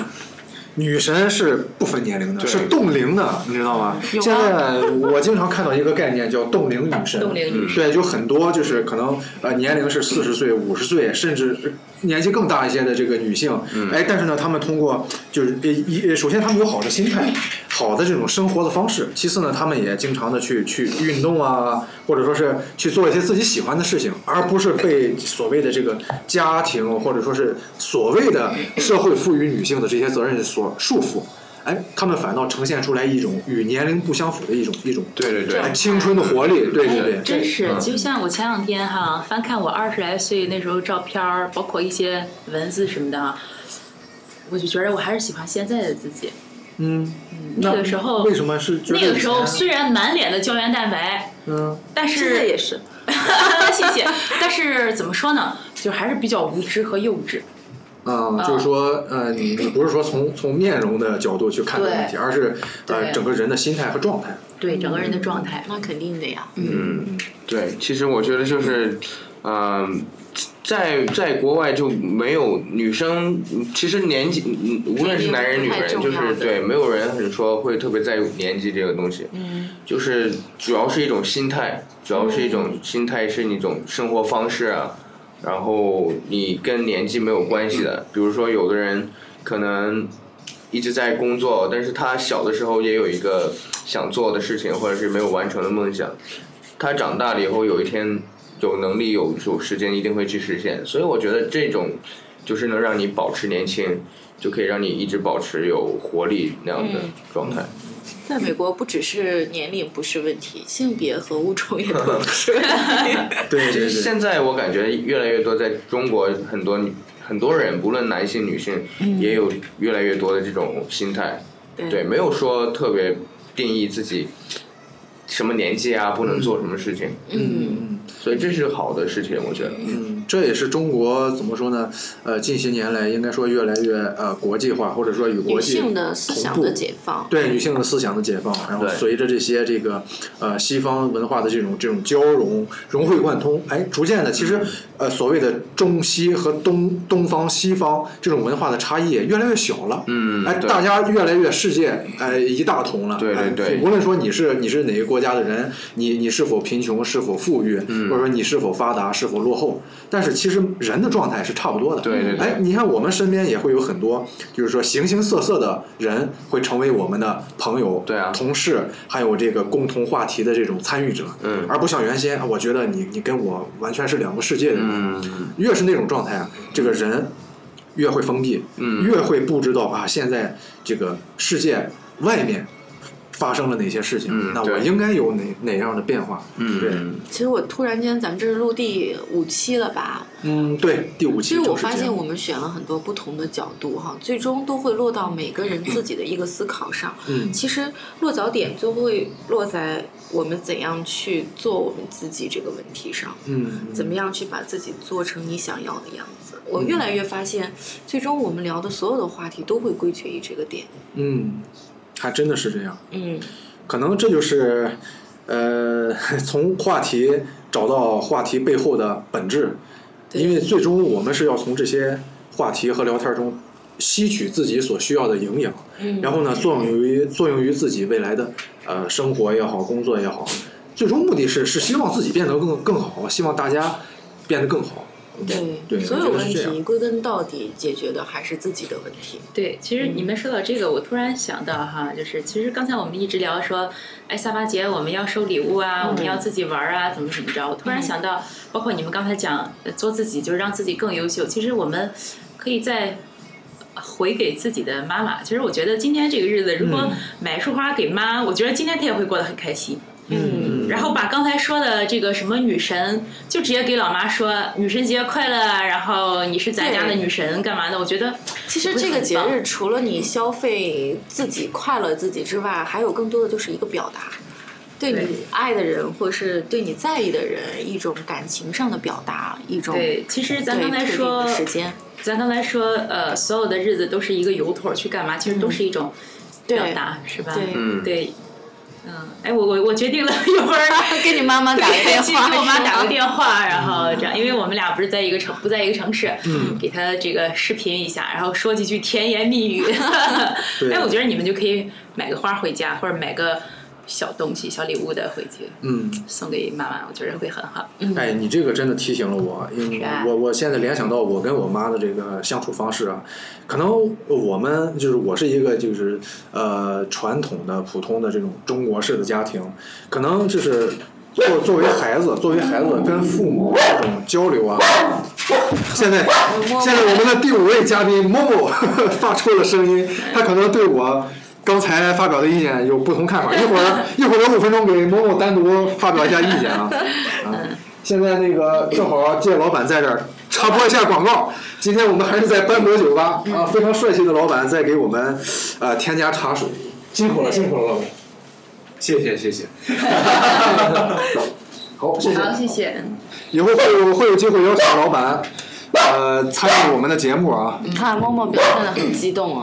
S2: 女神是不分年龄的，是冻龄的，你知道吗？现在我经常看到一个概念叫冻龄女神。
S5: 冻龄女
S2: 神。对，有很多就是可能呃年龄是四十岁、五十岁，甚至呃年纪更大一些的这个女性，哎，但是呢，她们通过就是呃一呃首先她们有好的心态，好的这种生活的方式，其次呢，她们也经常的去去运动啊，或者说是去做一些自己喜欢的事情，而不是被所谓的这个家庭或者说是所谓的社会赋予女性的这些责任所束缚。哎，她们反倒呈现出来一种与年龄不相符的一种一种
S1: 对对对
S2: 哎，青春的活力，对对对，
S5: 真是，
S1: 嗯
S5: 就像我前两天哈翻看我二十来岁那时候照片儿，包括一些文字什么的哈，我就觉得我还是喜欢现在的自己。
S2: 嗯，
S5: 那个时候
S2: 为什么是
S5: 那个时候
S2: 是
S5: 虽然满脸的胶原蛋白，
S2: 嗯，
S5: 但
S6: 嗯现在
S5: 是
S6: 也是。
S5: <laughs> 谢谢，但是怎么说呢，就还是比较无知和幼稚。
S2: 嗯，就是说，呃，你你不是说从从面容的角度去看待问题，
S5: 对
S2: 而是呃
S5: 对
S2: 整个人的心态和状态。
S5: 对整个人的状态，
S6: 那肯定的呀，
S1: 嗯，对，其实我觉得就是，嗯、在在国外就没有女生，其实年纪，嗯无论是男人女
S6: 太
S1: 人，
S6: 重
S1: 就
S6: 要
S1: 是
S6: 了
S1: 对，没有人很说会特别在乎年纪这个东西，嗯，就是主要是一种心态，主要是一种心态，是一种生活方式啊，然后你跟年纪没有关系的，比如说有的人可能一直在工作，但是他小的时候也有一个想做的事情，或者是没有完成的梦想。他长大了以后，有一天有能力、有有时间，一定会去实现。所以我觉得这种就是能让你保持年轻，就可以让你一直保持有活力那样的
S6: 嗯
S1: 状态。
S6: 在美国不只是年龄不是问题，性别和物种也都不是问 <laughs> 题。
S2: 对
S1: 其
S2: 对
S1: 实
S2: 对，
S1: 现在我感觉越来越多，在中国很多女很多人，不论男性女性，也有越来越多的这种心态。
S6: 嗯对
S1: 对，没有说特别定义自己什么年纪啊，不能做什么事情，
S6: 嗯，
S1: 所以这是好的事情，我觉得。
S2: 嗯，这也是中国怎么说呢？呃，近些年来应该说越来越呃国际化，或者说与国
S6: 女
S2: 际
S6: 性的思想
S2: 同步
S6: 的解放，
S2: 对女性的思想的解放，然后
S1: 对
S2: 随着这些这个呃西方文化的这种这种交融融会贯通，哎，逐渐的，其
S1: 嗯
S2: 实呃所谓的中西和东东方西方这种文化的差异也越来越小了。
S1: 嗯
S2: 哎，
S1: 对
S2: 大家越来越世界哎一大同了。
S1: 对对
S2: 哎
S1: 对
S2: 无论说你是你是哪个国家的人，你你是否贫穷，是否富裕，
S1: 嗯
S2: 或者说你是否发达，是否落后，但是其实人的状态是差不多的。
S1: 对对对
S2: 哎，你看我们身边也会有很多，就是说形形色色的人会成为我们的朋友、
S1: 对啊
S2: 同事，还有这个共同话题的这种参与者。
S1: 嗯
S2: 而不像原先，我觉得你你跟我完全是两个世界的人。
S1: 嗯，
S2: 越是那种状态啊，这个人越会封闭，
S1: 嗯
S2: 越会不知道啊，现在这个世界外面发生了哪些事情，
S1: 嗯
S2: 那我
S1: 对
S2: 应该有哪哪样的变化？对，
S1: 嗯，
S6: 其实我突然间，咱们这是录第五期了吧？
S2: 嗯，对，第五
S6: 其
S2: 期
S6: 实我
S2: 就是
S6: 发
S2: 这
S6: 现
S2: 样。
S6: 我们选了很多不同的角度哈，最终都会落到每个人自己的一个思考上。
S2: 嗯
S6: 其实落脚点就会落在我们怎样去做我们自己这个问题上，
S2: 嗯，
S6: 怎么样去把自己做成你想要的样子。我越来越发现，最终我们聊的所有的话题都会归结于这个点。
S2: 嗯，还真的是这样。
S6: 嗯，
S2: 可能这就是，呃， <laughs> 从话题找到话题背后的本质，
S6: 对
S2: 因为最终我们是要从这些话题和聊天中吸取自己所需要的营养，然后呢，作用于作用于自己未来的呃生活也好，工作也好，最终目的是是希望自己变得更更好，希望大家变得更好。
S6: 对，
S2: 对
S6: 所
S2: 我
S6: 有
S2: 觉得是
S6: 问
S2: 这样
S6: 题归根到底解决的还是自己的问题。
S5: 对，其实你们说到这个，我突然想到哈，就是其实刚才我们一直聊说，哎，三八节我们要收礼物啊，我
S2: 嗯
S5: 们要自己玩儿啊，怎么怎么着。我突然想到，包括你们刚才讲呃做自己，就是让自己更优秀。其实我们可以在。回给自己的妈妈，其实我觉得今天这个日子，如果
S2: 嗯
S5: 买束花给妈，我觉得今天她也会过得很开心。
S2: 嗯
S5: 然后把刚才说的这个什么女神，就直接给老妈说女神节快乐啊，然后你是咱家的
S6: 对
S5: 女神干嘛的？我觉得
S6: 其实这个节日除了你消费自己快乐自己之外，还有更多的就是一个表达，对
S5: 对
S6: 你爱的人或是对你在意的人一种感情上的表达，一种
S5: 对，其实咱
S6: 对
S5: 刚才
S6: 特定
S5: 说
S6: 的，时间，
S5: 咱刚才说，呃，所有的日子都是一个由头儿去干嘛，其实都是一种表
S6: 嗯对
S5: 达，是吧？
S6: 对
S1: 嗯
S5: 对，嗯，哎，我我我决定了， <laughs> 一会儿
S6: 给你妈 <laughs> 妈打个电
S5: 对，去
S6: 话，
S5: 给我妈
S6: 是吗
S5: 打个电话，然后这样，因为我们俩不是在一个城，不在一个城市，嗯，给她这个视频一下，然后说几句甜言蜜语。
S2: 对
S5: 哎，我觉得你们就可以买个花回家，或者买个小东西、小礼物的回去
S2: 嗯，
S5: 送给妈妈，我觉得会很好。
S2: 哎，你这个真的提醒了我，因为
S5: 嗯是啊
S2: 我我现在联想到我跟我妈的这个相处方式啊，可能我们就是我是一个就是呃传统的普通的这种中国式的家庭，可能就是作作为孩子，作为孩子跟父母这种交流啊， <laughs> 现在现在我们的第五位嘉宾某某 <laughs> 发出了声音，他可能对我。刚才发表的意见有不同看法，一会儿一会儿有五分钟给某某单独发表一下意见 <laughs> 啊。现在那个正好借老板在这儿插播一下广告。今天我们还是在班博酒吧啊，非常帅气的老板在给我们呃添加茶水，辛苦了，辛苦了，老板。
S1: 谢谢谢谢，
S2: <laughs> 好，谢谢。
S5: 好，谢谢。
S2: 以后会有会有机会邀请老板呃参与我们的节目啊，
S6: 你看默默表现的很激动啊，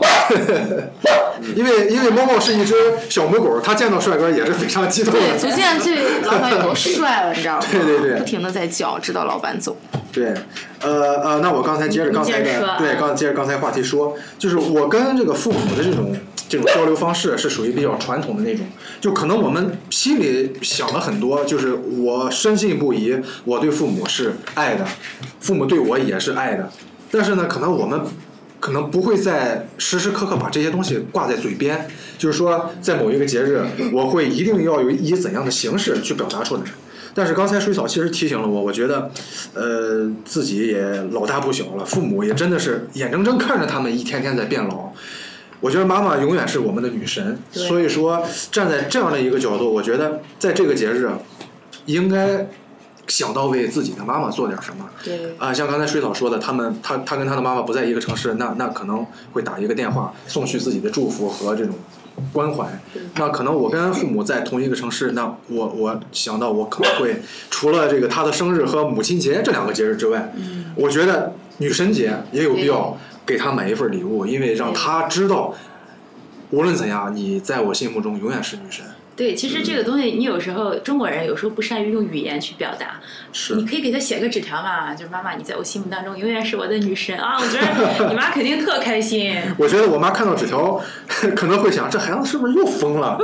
S2: <laughs> 因为因为猫猫是一只小母狗，它见到帅哥也是非常激动
S6: 对，
S2: 的
S6: 足。见这老板有多帅了，你知道吗？
S2: 对对对
S6: 不停的在叫，直到老板走。
S2: <laughs> 对，呃呃，那我刚才接着刚才
S5: 你接着说
S2: 的
S5: 啊
S2: 对，刚接着刚才话题说，就是我跟这个父母的这种这种交流方式是属于比较传统的那种，就可能我们心里想了很多，就是我深信不疑，我对父母是爱的，父母对我也是爱的，但是呢，可能我们可能不会再时时刻刻把这些东西挂在嘴边，就是说，在某一个节日，我会一定要有以怎样的形式去表达出来。但是刚才水草其实提醒了我，我觉得，呃，自己也老大不小了，父母也真的是眼睁睁看着他们一天天在变老。我觉得妈妈永远是我们的女神，
S5: 对
S2: 所以说站在这样的一个角度，我觉得在这个节日，啊应该想到为自己的妈妈做点什么。
S6: 对，
S2: 啊，像刚才水草说的，他们他他跟他的妈妈不在一个城市，那那可能会打一个电话送去自己的祝福和这种关怀。那可能我跟父母在同一个城市，那我我想到我可能会除了这个他的生日和母亲节这两个节日之外，我觉得女神节也有必要给他买一份礼物，因为让他知道，无论怎样，你在我心目中永远是女神。
S5: 对，其实这
S6: 嗯
S5: 个东西，你有时候中国人有时候不善于用语言去表达，
S2: 是
S5: 你可以给她写个纸条嘛，就是妈妈，你在我心目当中永远是我的女神啊！我觉
S6: <laughs>
S5: 得你妈肯定特开心。
S2: 我觉得我妈看到纸条， <laughs> 可能会想：这孩子是不是又疯
S6: <laughs>
S2: 了？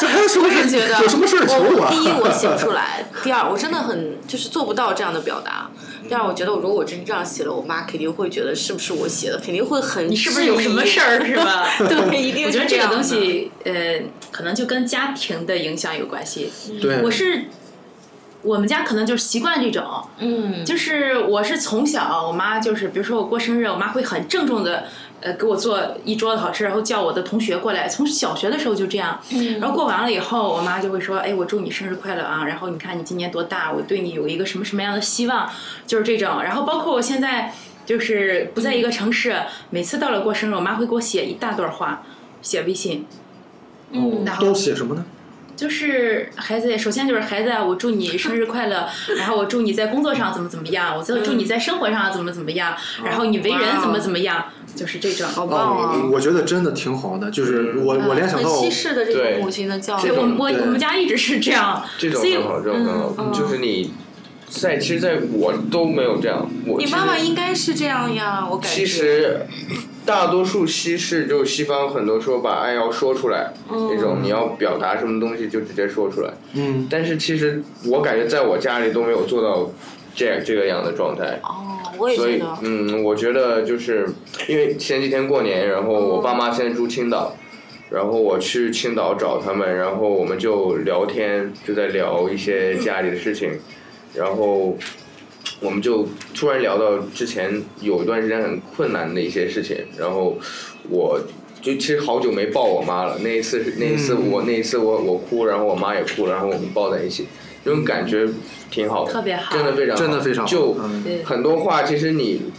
S2: 这孩子是不
S6: 我
S2: 是
S6: 也觉得
S2: 有什么事儿求
S6: 我
S2: 我？啊
S6: 第一，
S2: <laughs>
S6: 我写不出来；第二，我真的很就是做不到这样的表达。第二，我觉得如果我真这样写了，我妈肯定会觉得是不是我写的，肯定会很
S5: 你是不是有什么事儿是吧？
S6: <laughs>
S5: <laughs>
S6: 对，一定
S5: 我觉得
S6: 是
S5: 这个
S6: 样的
S5: 东。西，呃，可能就跟家庭的影响有关系。
S2: 对，
S5: 我是我们家可能就是习惯这种，
S6: 嗯，
S5: 就是我是从小我妈就是，比如说我过生日，我妈会很郑重的呃，给我做一桌子好吃，然后叫我的同学过来。从小学的时候就这样，然后过完了以后，我妈就会说：“哎，我祝你生日快乐啊！然后你看你今年多大，我对你有一个什么什么样的希望，就是这种。”然后包括我现在就是不在一个城市，每次到了过生日，我妈会给我写一大段话，写微信，
S4: 嗯，
S5: 然后
S2: 都写什么呢？
S5: 就是孩子，首先就是孩子啊，我祝你生日
S1: <laughs>
S5: 快乐，然后我祝你在工作上怎么怎么样，我最后祝你在生活上怎么怎么样，
S1: 嗯
S5: 然后你为人怎么怎么
S1: 哦
S5: 样，就是这种。
S6: 好棒啊！
S2: 哦，我觉得真的挺好的，就是
S1: 嗯
S2: 我我联想
S6: 很
S2: 到
S6: 西式的这
S1: 对
S6: 种母亲的教
S5: 对
S6: 育，
S5: 哎我们我
S2: 对
S5: 我们家一直是这样，
S1: 这种
S5: 所以
S1: 很好，这种很好，
S6: 嗯
S1: 就是你在其实，在我都没有这样，我
S6: 你
S1: 其实
S6: 妈妈应该是这样呀，我感觉。
S1: 其实大多数西式就是西方很多说把爱要说出来，
S6: 嗯
S1: 那种你要表达什么东西就直接说出来。
S2: 嗯，
S1: 但是其实我感觉在我家里都没有做到这这个样的状态。
S6: 哦，我也
S1: 所
S6: 觉
S1: 以
S6: 得，，
S1: 嗯，我觉得就是因为前几天过年，然后我爸妈现在住青岛，然后我去青岛找他们，然后我们就聊天，就在聊一些家里的事情，然后我们就突然聊到之前有一段时间很困难的一些事情，然后我。就其实好久没抱我妈了，那一次是那一次我、那一次我我哭，然后我妈也哭，然后我们抱在一起，这种感觉挺好的，
S5: 特别好
S1: 真的非常好
S2: 真的非常好
S1: 就、
S2: 嗯
S5: 对
S1: 很多话其实你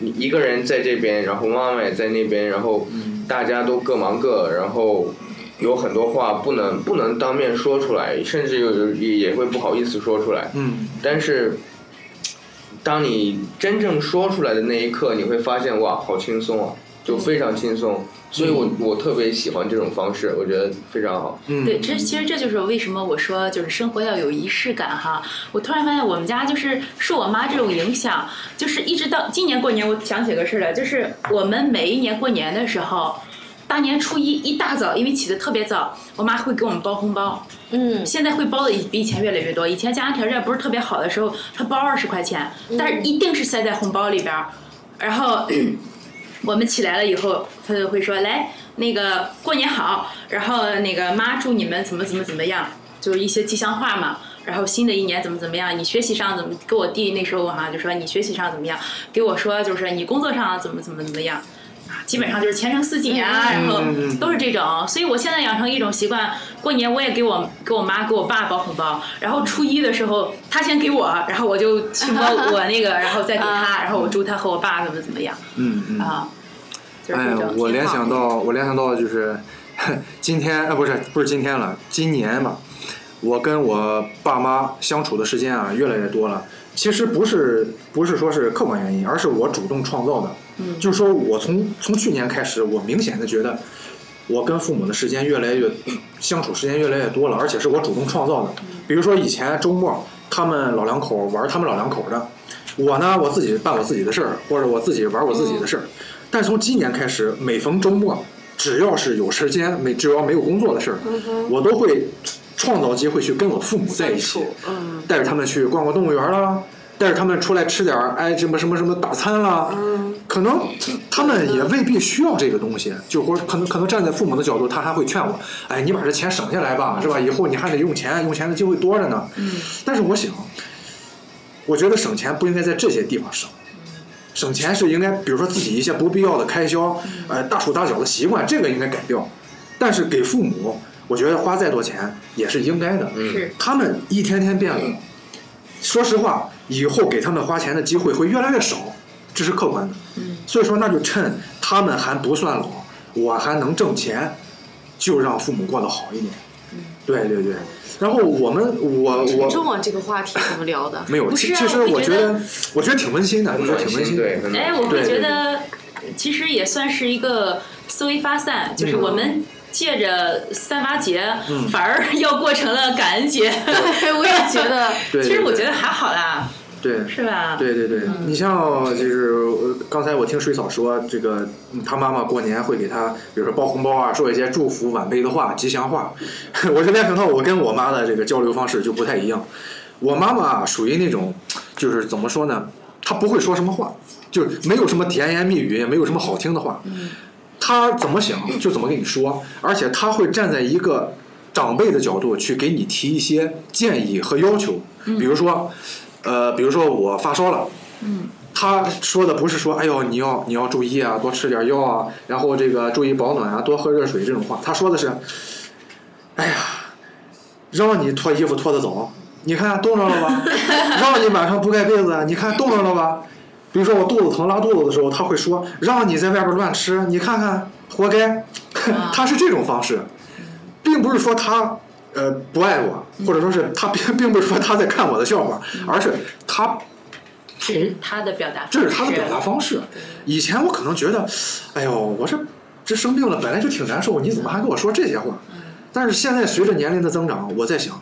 S1: 你一个人在这边，然后妈妈也在那边，然后
S2: 嗯
S1: 大家都各忙各，然后有很多话不能不能当面说出来，甚至有也也会不好意思说出来。
S2: 嗯，
S1: 但是当你真正说出来的那一刻，你会发现哇，好轻松啊，就非常轻松。所以我
S2: 嗯
S1: 我特别喜欢这种方式，我觉得非常好。
S5: 对，这其实这就是为什么我说就是生活要有仪式感哈。我突然发现我们家就是受我妈这种影响，就是一直到今年过年，我想起个事儿来，就是我们每一年过年的时候，大年初一一大早，因为起得特别早，我妈会给我们包红包。
S6: 嗯，
S5: 现在会包的比以前越来越多。以前家庭条件不是特别好的时候，他包二十块钱，但是一定是塞在红包里边儿。然后我们起来了以后，他就会说：“来，那个过年好，然后那个妈祝你们怎么怎么怎么样，就是一些吉祥话嘛。”然后新的一年怎么怎么样？你学习上怎么？给我弟那时候好像就说你学习上怎么样？给我说就是你工作上怎么怎么怎么样？啊，基本上就是前程似锦啊，然后都是这种。所以我现在养成一种习惯，过年我也给我给我妈给我爸包红包，然后初一的时候他先给我，然后我就去摸我那个，然后再给他，然后我祝他和我爸怎么怎么样
S2: 嗯嗯。
S5: 啊，就是
S2: 哎
S5: 这
S2: 呀
S5: 种。，
S2: 我联想到，我联想到就是 <laughs> 今天啊，不是不是今天了，今年吧，我跟我爸妈相处的时间啊越来越多了。其实不是不是说是客观原因，而是我主动创造的。嗯，就是说我从从去年开始，我明显的觉得我跟父母的时间越来越相处时间越来越多了，而且是我主动创造的。比如说以前周末他们老两口玩他们老两口的，我呢我自己办我自己的事儿，或者我自己玩我自己的事儿。但是从今年开始，每逢周末，只要是有时间，没只要没有工作的事儿，我都会创造机会去跟我父母在一起，
S6: 嗯，
S2: 带着他们去逛逛动物园啦，带着他们出来吃点儿哎什么什么什么大餐啦，可能他们也未必需要这个东西，就或者可能可能站在父母的角度，他还会劝我，哎，你把这钱省下来吧，是吧？以后你还得用钱，用钱的机会多着呢。嗯，但是我想，我觉得省钱不应该在这些地方省。省钱是应该，比如说自己一些不必要的开销，呃，大手大脚的习惯，这个应该改掉。但是给父母，我觉得花再多钱也是应该的。
S1: 嗯
S5: 是
S2: 他们一天天变老，说实话，以后给他们花钱的机会会越来越少，这是客观的。所以说，那就趁他们还不算老，我还能挣钱，就让父母过得好一点。对对对。然后我们，我
S6: 沉重
S2: 我
S6: 啊，这个话题怎么聊的？
S2: 没有，
S5: 不
S2: 其
S5: 是啊
S2: 其实
S5: 我
S2: 我
S5: 觉
S2: 觉
S5: 得
S2: 得，我觉得挺温馨的，我
S1: 很
S2: 觉得
S1: 暖
S2: 挺温
S1: 心，
S2: 馨的。
S1: 对，很暖
S5: 哎，
S1: 心。
S5: 我会
S2: 对对
S5: 觉
S2: 嗯
S5: 得其实也算是一个思维发散，就是我们借着三八节，反而 <laughs> 要过成了感恩节。
S6: 对， <laughs> 我也觉得，
S2: 对
S5: <laughs> 其实我
S2: 对
S5: 觉得还好啦，
S2: 对。
S5: 是吧？
S2: 对对对，你像就是呃刚才我听水嫂说，这个嗯她妈妈过年会给她，比如说包红包啊，说一些祝福晚辈的话、吉祥话。 <laughs> 我这边可能我跟我妈的这个交流方式就不太一样，我妈妈属于那种，就是怎么说呢，她不会说什么话，就是没有什么甜言蜜语，也没有什么好听的话，她怎么想就怎么跟你说，而且她会站在一个长辈的角度去给你提一些建议和要求，比如说，呃，比如说我发烧了，嗯，他说的不是说，哎呦，你要你要注意啊，多吃点药啊，然后这个注意保暖啊，多喝热水这种话。他说的是，哎呀，让你脱衣服脱得早，你看冻着了吧？让你晚上不盖被子，你看冻着了吧？比如说我肚子疼拉肚子的时候，他会说让你在外边乱吃，你看看活该。 <laughs> 他是这种方式，并不是说他呃不爱我，或者说是他并 <laughs> 并不是说他在看我的笑话，而是他
S5: 这是他的表达，
S2: 这是他的表达。方式。以前我可能觉得，哎呦，我这这生病了，本来就挺难受，你怎么还跟我说这些话？但是现在随着年龄的增长，我在想，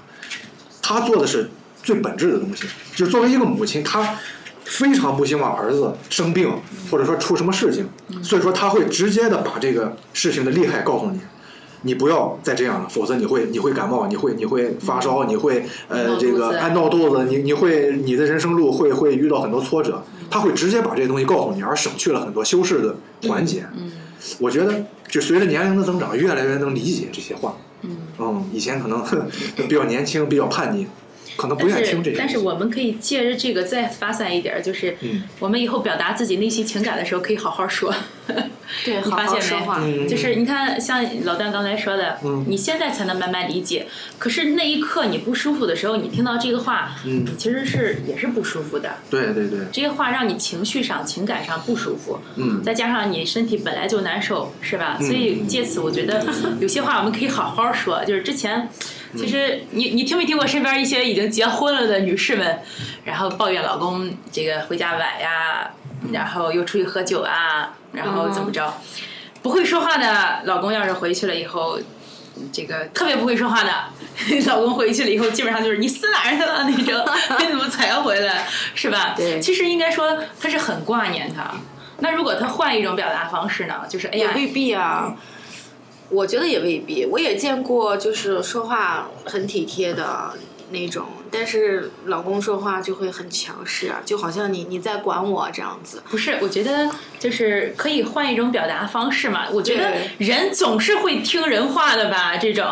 S2: 他做的是最本质的东西，就是作为一个母亲，她非常不希望儿子生病或者说出什么事情，所以说他会直接的把这个事情的厉害告诉你。你不要再这样了，否则你会你会感冒，你会你会发烧，你会呃
S5: 闹
S2: 这
S5: 肚
S2: 个
S5: 子
S2: 哎闹肚子，你你会你的人生路会会遇到很多挫折，他会直接把这些东西告诉你，而省去了很多修饰的环节。
S5: 嗯
S2: 我觉得就随着年龄的增长，越来越能理解这些话。嗯，以前可能 <laughs> 哼比较年轻，比较叛逆，可能不
S5: 但
S2: 愿意听这
S5: 是
S2: 些。
S5: 但是我们可以借着这个再发散一点儿，就是
S2: 嗯
S5: 我们以后表达自己内心情感的时候，可以好好说。
S6: 对，
S5: <laughs> 你
S6: 好
S5: 发
S6: 好
S5: 现
S6: 说
S5: 没
S6: 话。
S2: 嗯，
S5: 就是你看，像老段刚才说的，
S2: 嗯
S5: 你现在才能慢慢理解。可是那一刻你不舒服的时候，你听到这个话，
S2: 嗯
S5: 你其实是也是不舒服的。
S2: 对对对，
S5: 这些话让你情绪上、情感上不舒服，
S2: 嗯
S5: 再加上你身体本来就难受，是吧？
S2: 嗯
S5: 所以借此，我觉得有些话我们可以好好说。就是之前，其实你你听没听过身边一些已经结婚了的女士们，然后抱怨老公这个回家晚呀，然后又出去喝酒啊，然后怎么着？不会说话的老公要是回去了以后，这个特别不会说话的 <laughs> 老公回去了以后，基本上就是你死哪儿去了那种， <laughs> 你怎么才回来，是吧？
S6: 对
S5: 其实应该说他是很挂念他。那如果他换一种表达方式呢？就是哎
S6: 也
S5: 呀，
S6: 未必啊。我觉得也未必，我也见过就是说话很体贴的那种，但是老公说话就会很强势啊，就好像你你在管我这样子。
S5: 不是，我觉得就是可以换一种表达方式嘛。我觉得
S6: 对
S5: 人总是会听人话的吧。这种，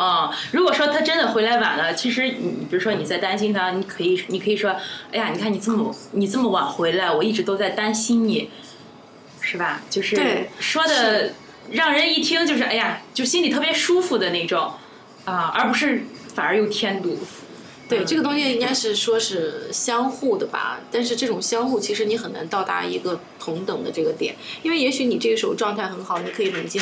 S5: 如果说他真的回来晚了，其实你你比如说你在担心他，你可以你可以说，哎呀，你看你这么你这么晚回来，我一直都在担心你，是吧？就是
S6: 对
S5: 说的让人一听就是哎呀，就心里特别舒服的那种啊，而不是反而又添堵。嗯
S6: 对，这个东西应该是说是相互的吧，但是这种相互其实你很难到达一个同等的这个点，因为也许你这个时候状态很好，你可以冷静、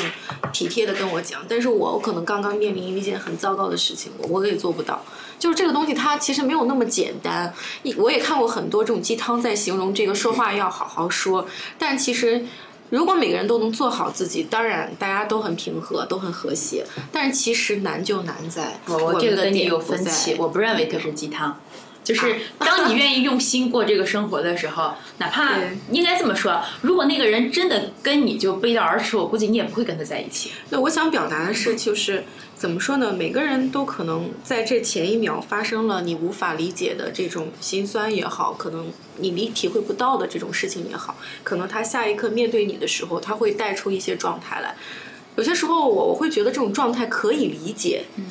S6: 体贴的跟我讲，但是我可能刚刚面临一件很糟糕的事情，我我也做不到。就是这个东西，它其实没有那么简单。一我也看过很多这种鸡汤在形容这个说话要好好说，但其实如果每个人都能做好自己，当然大家都很平和，都很和谐，但是其实难就难在
S5: 我
S6: 我
S5: 我
S6: 们
S5: 这个
S6: 的
S5: 跟你
S6: 点
S5: 有
S6: 不
S5: 分
S6: 在啊
S5: 歧，我不认为它是鸡汤。就是当你愿意用心过这个生活的时候，哪怕
S6: 对
S5: 应该这么说，如果那个人真的跟你就背道而驰，我估计你也不会跟他在一起。
S6: 对，我想表达的是，就是怎么说呢？每个人都可能在这前一秒发生了你无法理解的这种心酸也好，可能你理体会不到的这种事情也好，可能他下一刻面对你的时候，他会带出一些状态来。有些时候我我会觉得这种状态可以理解，嗯，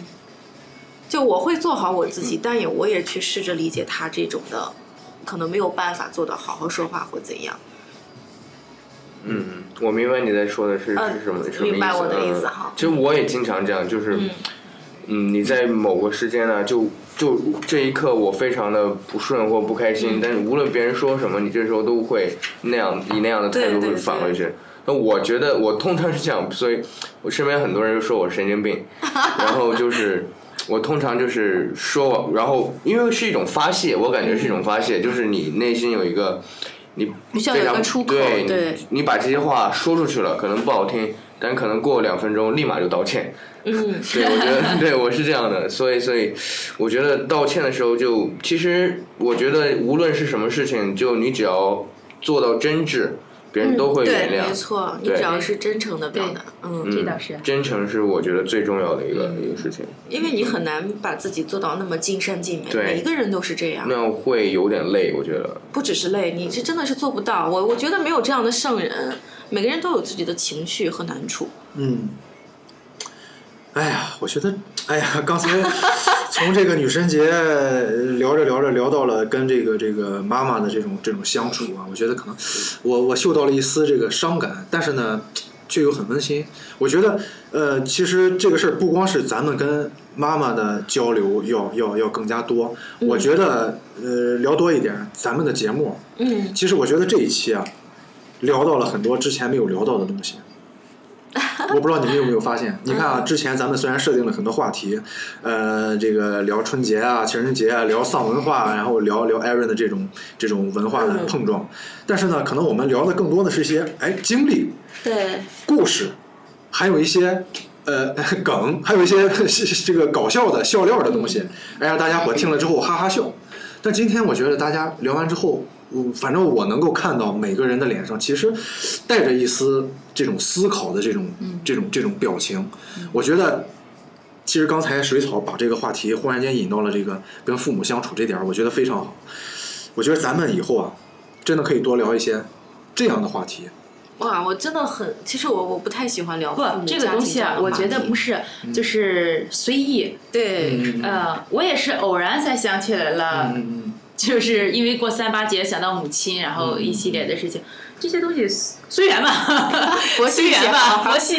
S6: 就我会做好我自己，但也我也去试着理解他这种的，可能没有办法做到好好说话或怎样。
S1: 嗯，我明白你在说的是
S6: 嗯
S1: 是什么什么意思。
S6: 明白我的意思
S1: 嗯
S6: 哈
S1: 其实我也经常这样，就是，嗯，你在某个时间呢，就就这一刻我非常的不顺或不开
S6: 嗯
S1: 心，但是无论别人说什么，你这时候都会那样以那样的态度会
S6: 对对
S1: 返
S6: 对
S1: 回去。那我觉得我通常是这样，所以我身边很多人就说我神经病，然后就是。我通常就是说我，然后因为是一种发泄，我感觉是一种发泄，就是你内心有一个，你
S6: 必须要有一个
S1: 非常
S6: 出口
S1: 对，
S6: 对
S1: 你你把这些话说出去了，可能不好听，但可能过两分钟立马就道歉。
S6: 嗯，
S1: <laughs> 对，我觉得对我是这样的，所以所以我觉得道歉的时候就，其实我觉得无论是什么事情，就你只要做到真挚，别人都会原
S6: 嗯对，
S1: 谅。
S6: 没错，你
S1: 对
S6: 只要是真诚的表达，嗯。
S1: 嗯
S5: 这倒是
S1: 真诚是我觉得最重要的一个、一个事情。
S6: 因为你很难把自己做到那么尽善尽美，
S1: 对
S6: 每一个人都是这样
S1: 那，样会有点累，我觉得。
S6: 不只是累，你是真的是做不到。我我觉得没有这样的圣人，每个人都有自己的情绪和难处。
S2: 嗯，哎呀，我觉得，哎呀，刚才从这个女神节聊着聊着聊到了跟这个这个妈妈的这种这种相处啊，我觉得可能我我嗅到了一丝这个伤感，但是呢，却又很温馨。我觉得呃，其实这个事儿不光是咱们跟妈妈的交流要要要更加多，我觉得呃聊多一点咱们的节目，
S6: 嗯，
S2: 其实我觉得这一期啊，聊到了很多之前没有聊到的东西。 <laughs> 我不知道你们有没有发现？你看啊，之前咱们虽然设定了很多话题，呃，这个聊春节啊、情人节啊，聊丧文化，然后聊聊艾伦的这种这种文化的碰撞，但是呢，可能我们聊的更多的是一些哎经历、
S6: 对，
S2: 故事，还有一些呃 <laughs> 梗，还有一些 <laughs> 这个搞笑的笑料的东西，哎让大家伙听了之后哈哈笑。但今天我觉得大家聊完之后，我反正我能够看到每个人的脸上其实带着一丝这种思考的这种、这种这种表情。我觉得其实刚才水草把这个话题忽然间引到了这个跟父母相处这点儿，我觉得非常好。我觉得咱们以后啊，真的可以多聊一些这样的话题。
S6: 哇，我真的很，其实我我不太喜欢聊
S5: 不
S6: 父母，
S5: 这个东西啊，我觉得不
S6: 是
S5: 是就是随意。
S6: 对，
S2: 嗯
S5: 呃，我也是偶然才想起来了，
S2: 嗯
S5: 就是因为过三八节想到母亲，然后一系列的事情，这些东西随
S2: <laughs>
S5: 缘吧，
S6: 佛系
S5: 随缘吧，
S6: 啊
S5: 佛系，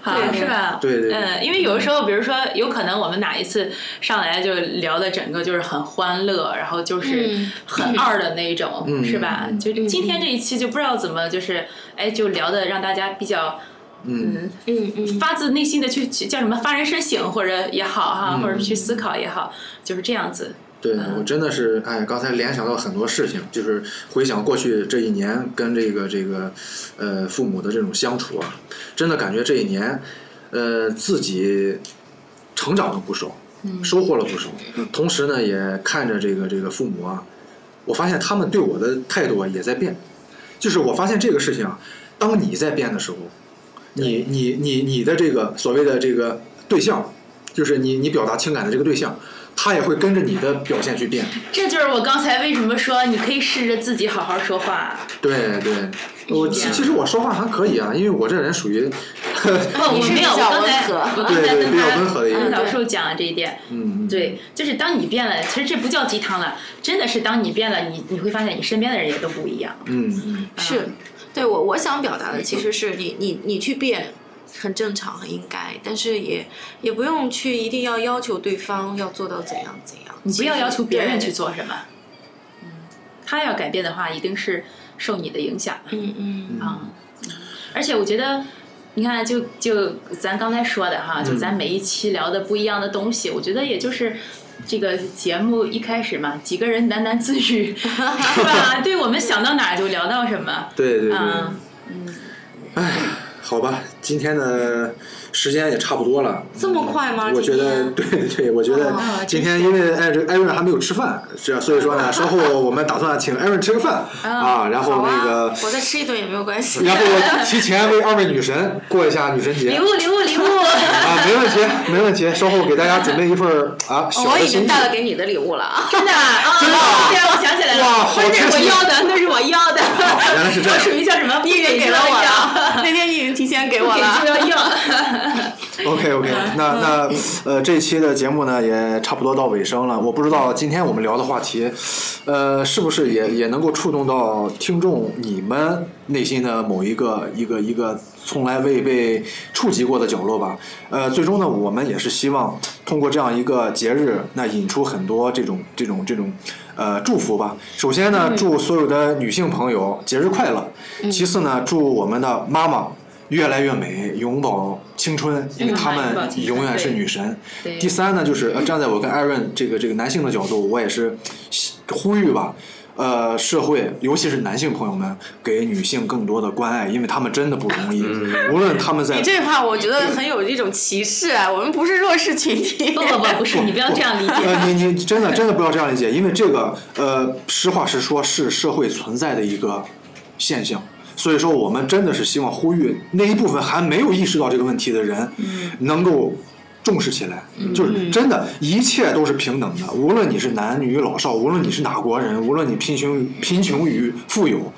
S5: 好
S6: 对
S5: 是吧？
S2: 对对对
S5: 嗯，因为有的时候，比如说，有可能我们哪一次上来就聊的整个就是很欢乐，然后就是
S6: 嗯
S5: 很二的那一种，
S2: 嗯
S5: 是吧？
S2: 嗯
S5: 就今天这一期就不知道怎么就是，哎，就聊的让大家比较
S2: 嗯
S5: 嗯
S6: 嗯嗯，
S5: 发自内心的去去叫什么发人深省或者也好哈、
S2: 嗯
S5: 或者去思考也好，就是这样子。
S2: 对我真的是，哎，刚才联想到很多事情，就是回想过去这一年跟这个这个，呃，父母的这种相处啊，真的感觉这一年，呃，自己成长了不少，收获了不少，嗯同时呢，也看着这个这个父母啊，我发现他们对我的态度啊也在变，就是我发现这个事情啊，当你在变的时候，你你你你的这个所谓的这个对象，就是你你表达情感的这个对象，他也会跟着你的表现去变。
S5: 这就是我刚才为什么说你可以试着自己好好说话。
S2: 对对，我
S5: 是这
S2: 其
S5: 样
S2: 其实我说话还可以啊，因为我这人属于，
S5: 不，哦我
S6: 你是
S5: 没有，我
S6: 比较
S5: 刚
S6: 温
S5: 才
S6: 和
S5: 我刚才
S2: 对对
S5: 跟
S2: 比较
S5: 他
S2: 温和的一个
S5: 跟
S2: 人
S5: 老树讲了这一点。
S2: 嗯，嗯，
S5: 对，就是当你变了，其实这不叫鸡汤了，真的是当你变了，你你会发现你身边的人也都不一样。
S2: 嗯嗯，
S6: 是，对我我想表达的其实是你你你去变。很正常，很应该，但是也也不用去一定要要求对方要做到怎样怎样。
S5: 你不要要求别人去
S6: 对，
S5: 做什么，嗯，他要改变的话，一定是受你的影响。
S6: 嗯嗯，
S5: 啊、而且我觉得，你看就，就咱刚才说的哈，就
S2: 嗯
S5: 咱每一期聊的不一样的东西，我觉得也就是。这个节目一开始嘛，几个人喃喃自语， <laughs> 是吧？对我们想到哪儿就聊到什么。
S2: 对对对，
S5: 嗯，
S2: 好吧，今天的时间也差不多了。
S6: 这么快吗？
S2: 我觉得
S6: 今天
S2: 对对对，我觉得
S6: 哦
S2: 今天因为艾瑞艾瑞还没有吃饭，这所以说呢，稍后我们打算请艾瑞吃个饭啊，然
S6: 哦好
S2: 后那
S6: 啊
S2: 个，
S6: 我再吃一顿也没有
S2: <laughs>
S6: 关系。
S2: 然后提前为二位女神过一下女神节
S5: 礼物，礼物，礼物。
S2: 啊，没问题，没问题。稍后给大家准备一份儿啊小
S6: 我
S2: 的
S6: 已
S2: 心
S6: 经
S2: 意。
S6: 带了给你的礼物了啊！
S5: 真的啊！真的、啊，对，我想起来了，
S2: 哇好
S5: 不是
S2: 贴
S5: 我
S2: 心
S5: 要的，那是我要的。
S2: 原来是这
S5: <laughs> 我
S2: 样
S5: 属于叫什么？一人
S6: 给了我
S5: <laughs>
S6: 了，那天你已经提前给我
S5: 给就
S6: 了。
S5: 要要。
S2: OK OK，那那呃，这期的节目呢也差不多到尾声了。我不知道今天我们聊的话题，呃，是不是也也能够触动到听众你们内心的某一个一个一个从来未被触及过的角落吧？呃，最终呢，我们也是希望通过这样一个节日，那引出很多这种这种这种呃祝福吧。首先呢，祝所有的女性朋友节日快乐。其次呢，祝我们的妈妈。越来越美，永葆青春，因为她
S5: 永葆
S2: 们
S5: 青春
S2: 永远是女神。
S5: 对
S2: 第三呢，就是呃站在我跟艾润这个这个男性的角度，我也是呼吁吧，呃，社会尤其是男性朋友们给女性更多的关爱，因为他们真的不容易，无论他们在
S6: 你这话我觉得很有一种歧视啊，我们不是弱势群体
S5: 不。不不，不是，你不要这样理 <laughs> 解。
S2: 呃，你你真的真的不要这样理解，因为这个呃，实话实说是社会存在的一个现象。所以说，我们真的是希望呼吁那一部分还没有意识到这个问题的人，
S5: 嗯
S2: 能够重视起来。就是真的，一切都是平等的，无论你是男女老少，无论你是哪国人，无论你贫穷贫穷与富有，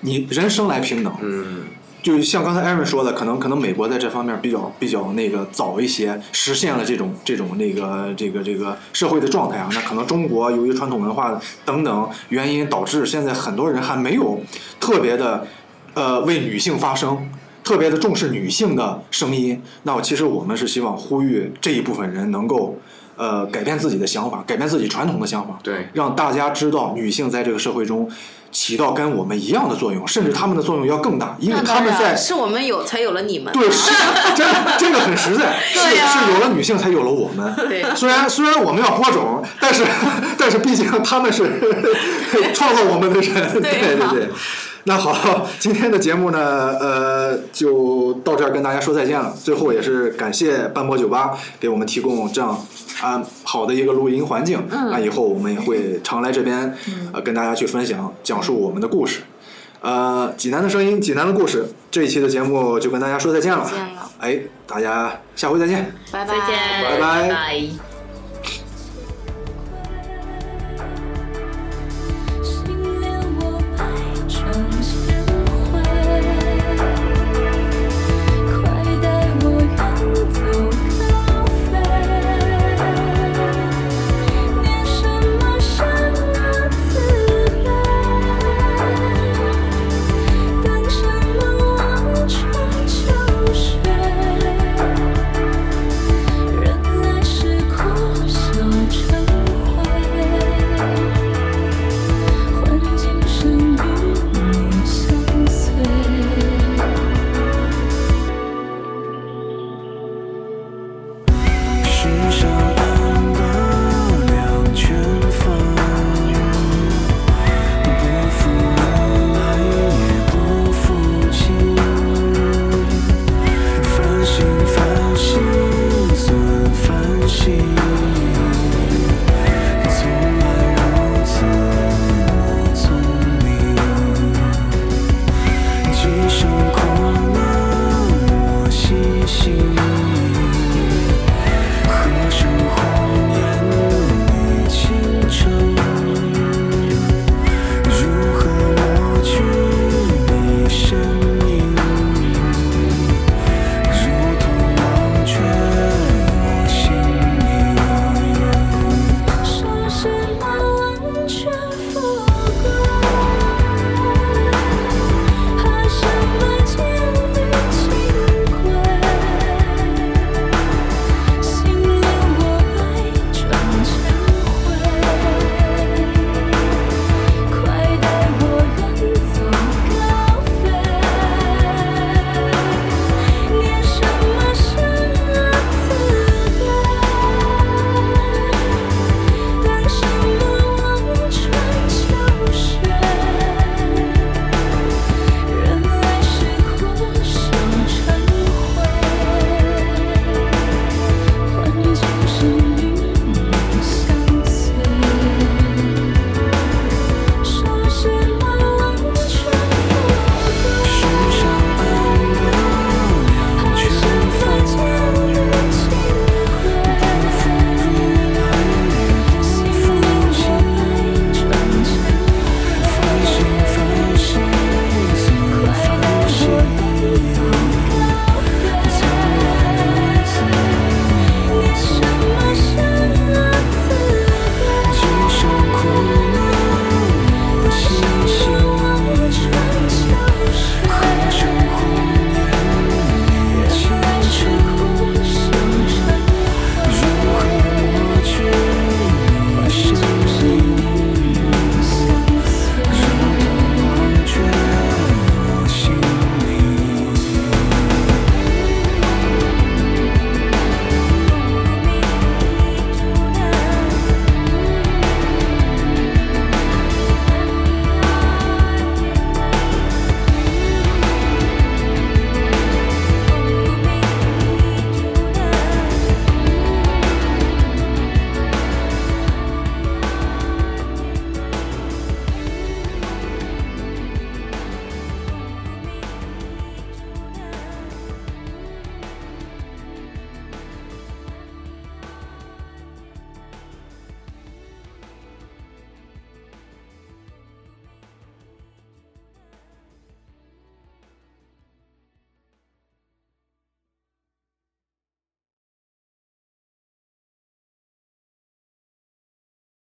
S2: 你人生来平等。
S1: 嗯，
S2: 就像刚才艾瑞说的，可能可能美国在这方面比较比较那个早一些，实现了这种这种那个这个这个社会的状态啊。那可能中国由于传统文化等等原因，导致现在很多人还没有特别的呃为女性发声。特别的重视女性的声音，那我其实我们是希望呼吁这一部分人能够，呃，改变自己的想法，改变自己传统的想法，
S1: 对
S2: 让大家知道女性在这个社会中起到跟我们一样的作用，甚至她们的作用要更大， <laughs> 因为
S6: 那
S2: 她
S6: 当
S2: 们
S6: 然
S2: 在
S6: 是我们有才有了你们。
S2: 对，是真真的很实
S6: <laughs>
S2: 在，是
S6: 对呀
S2: 是有了女性才有了我们。
S6: 对
S2: 虽然虽然我们要播种，但是但是毕竟他们是 <laughs> 创造我们的人，对对对那好，今天的节目呢，呃，就到这儿跟大家说再见了。最后也是感谢斑驳酒吧给我们提供这样啊、好的一个录音环境。
S6: 嗯
S2: 那以后我们也会常来这边，呃，跟大家去分享讲述我们的故事。呃，济南的声音，济南的故事，这一期的节目就跟大家说再见了。
S6: 见了
S2: 哎，大家下回再见。
S6: 拜拜。
S5: 再见，
S1: 拜拜
S5: 拜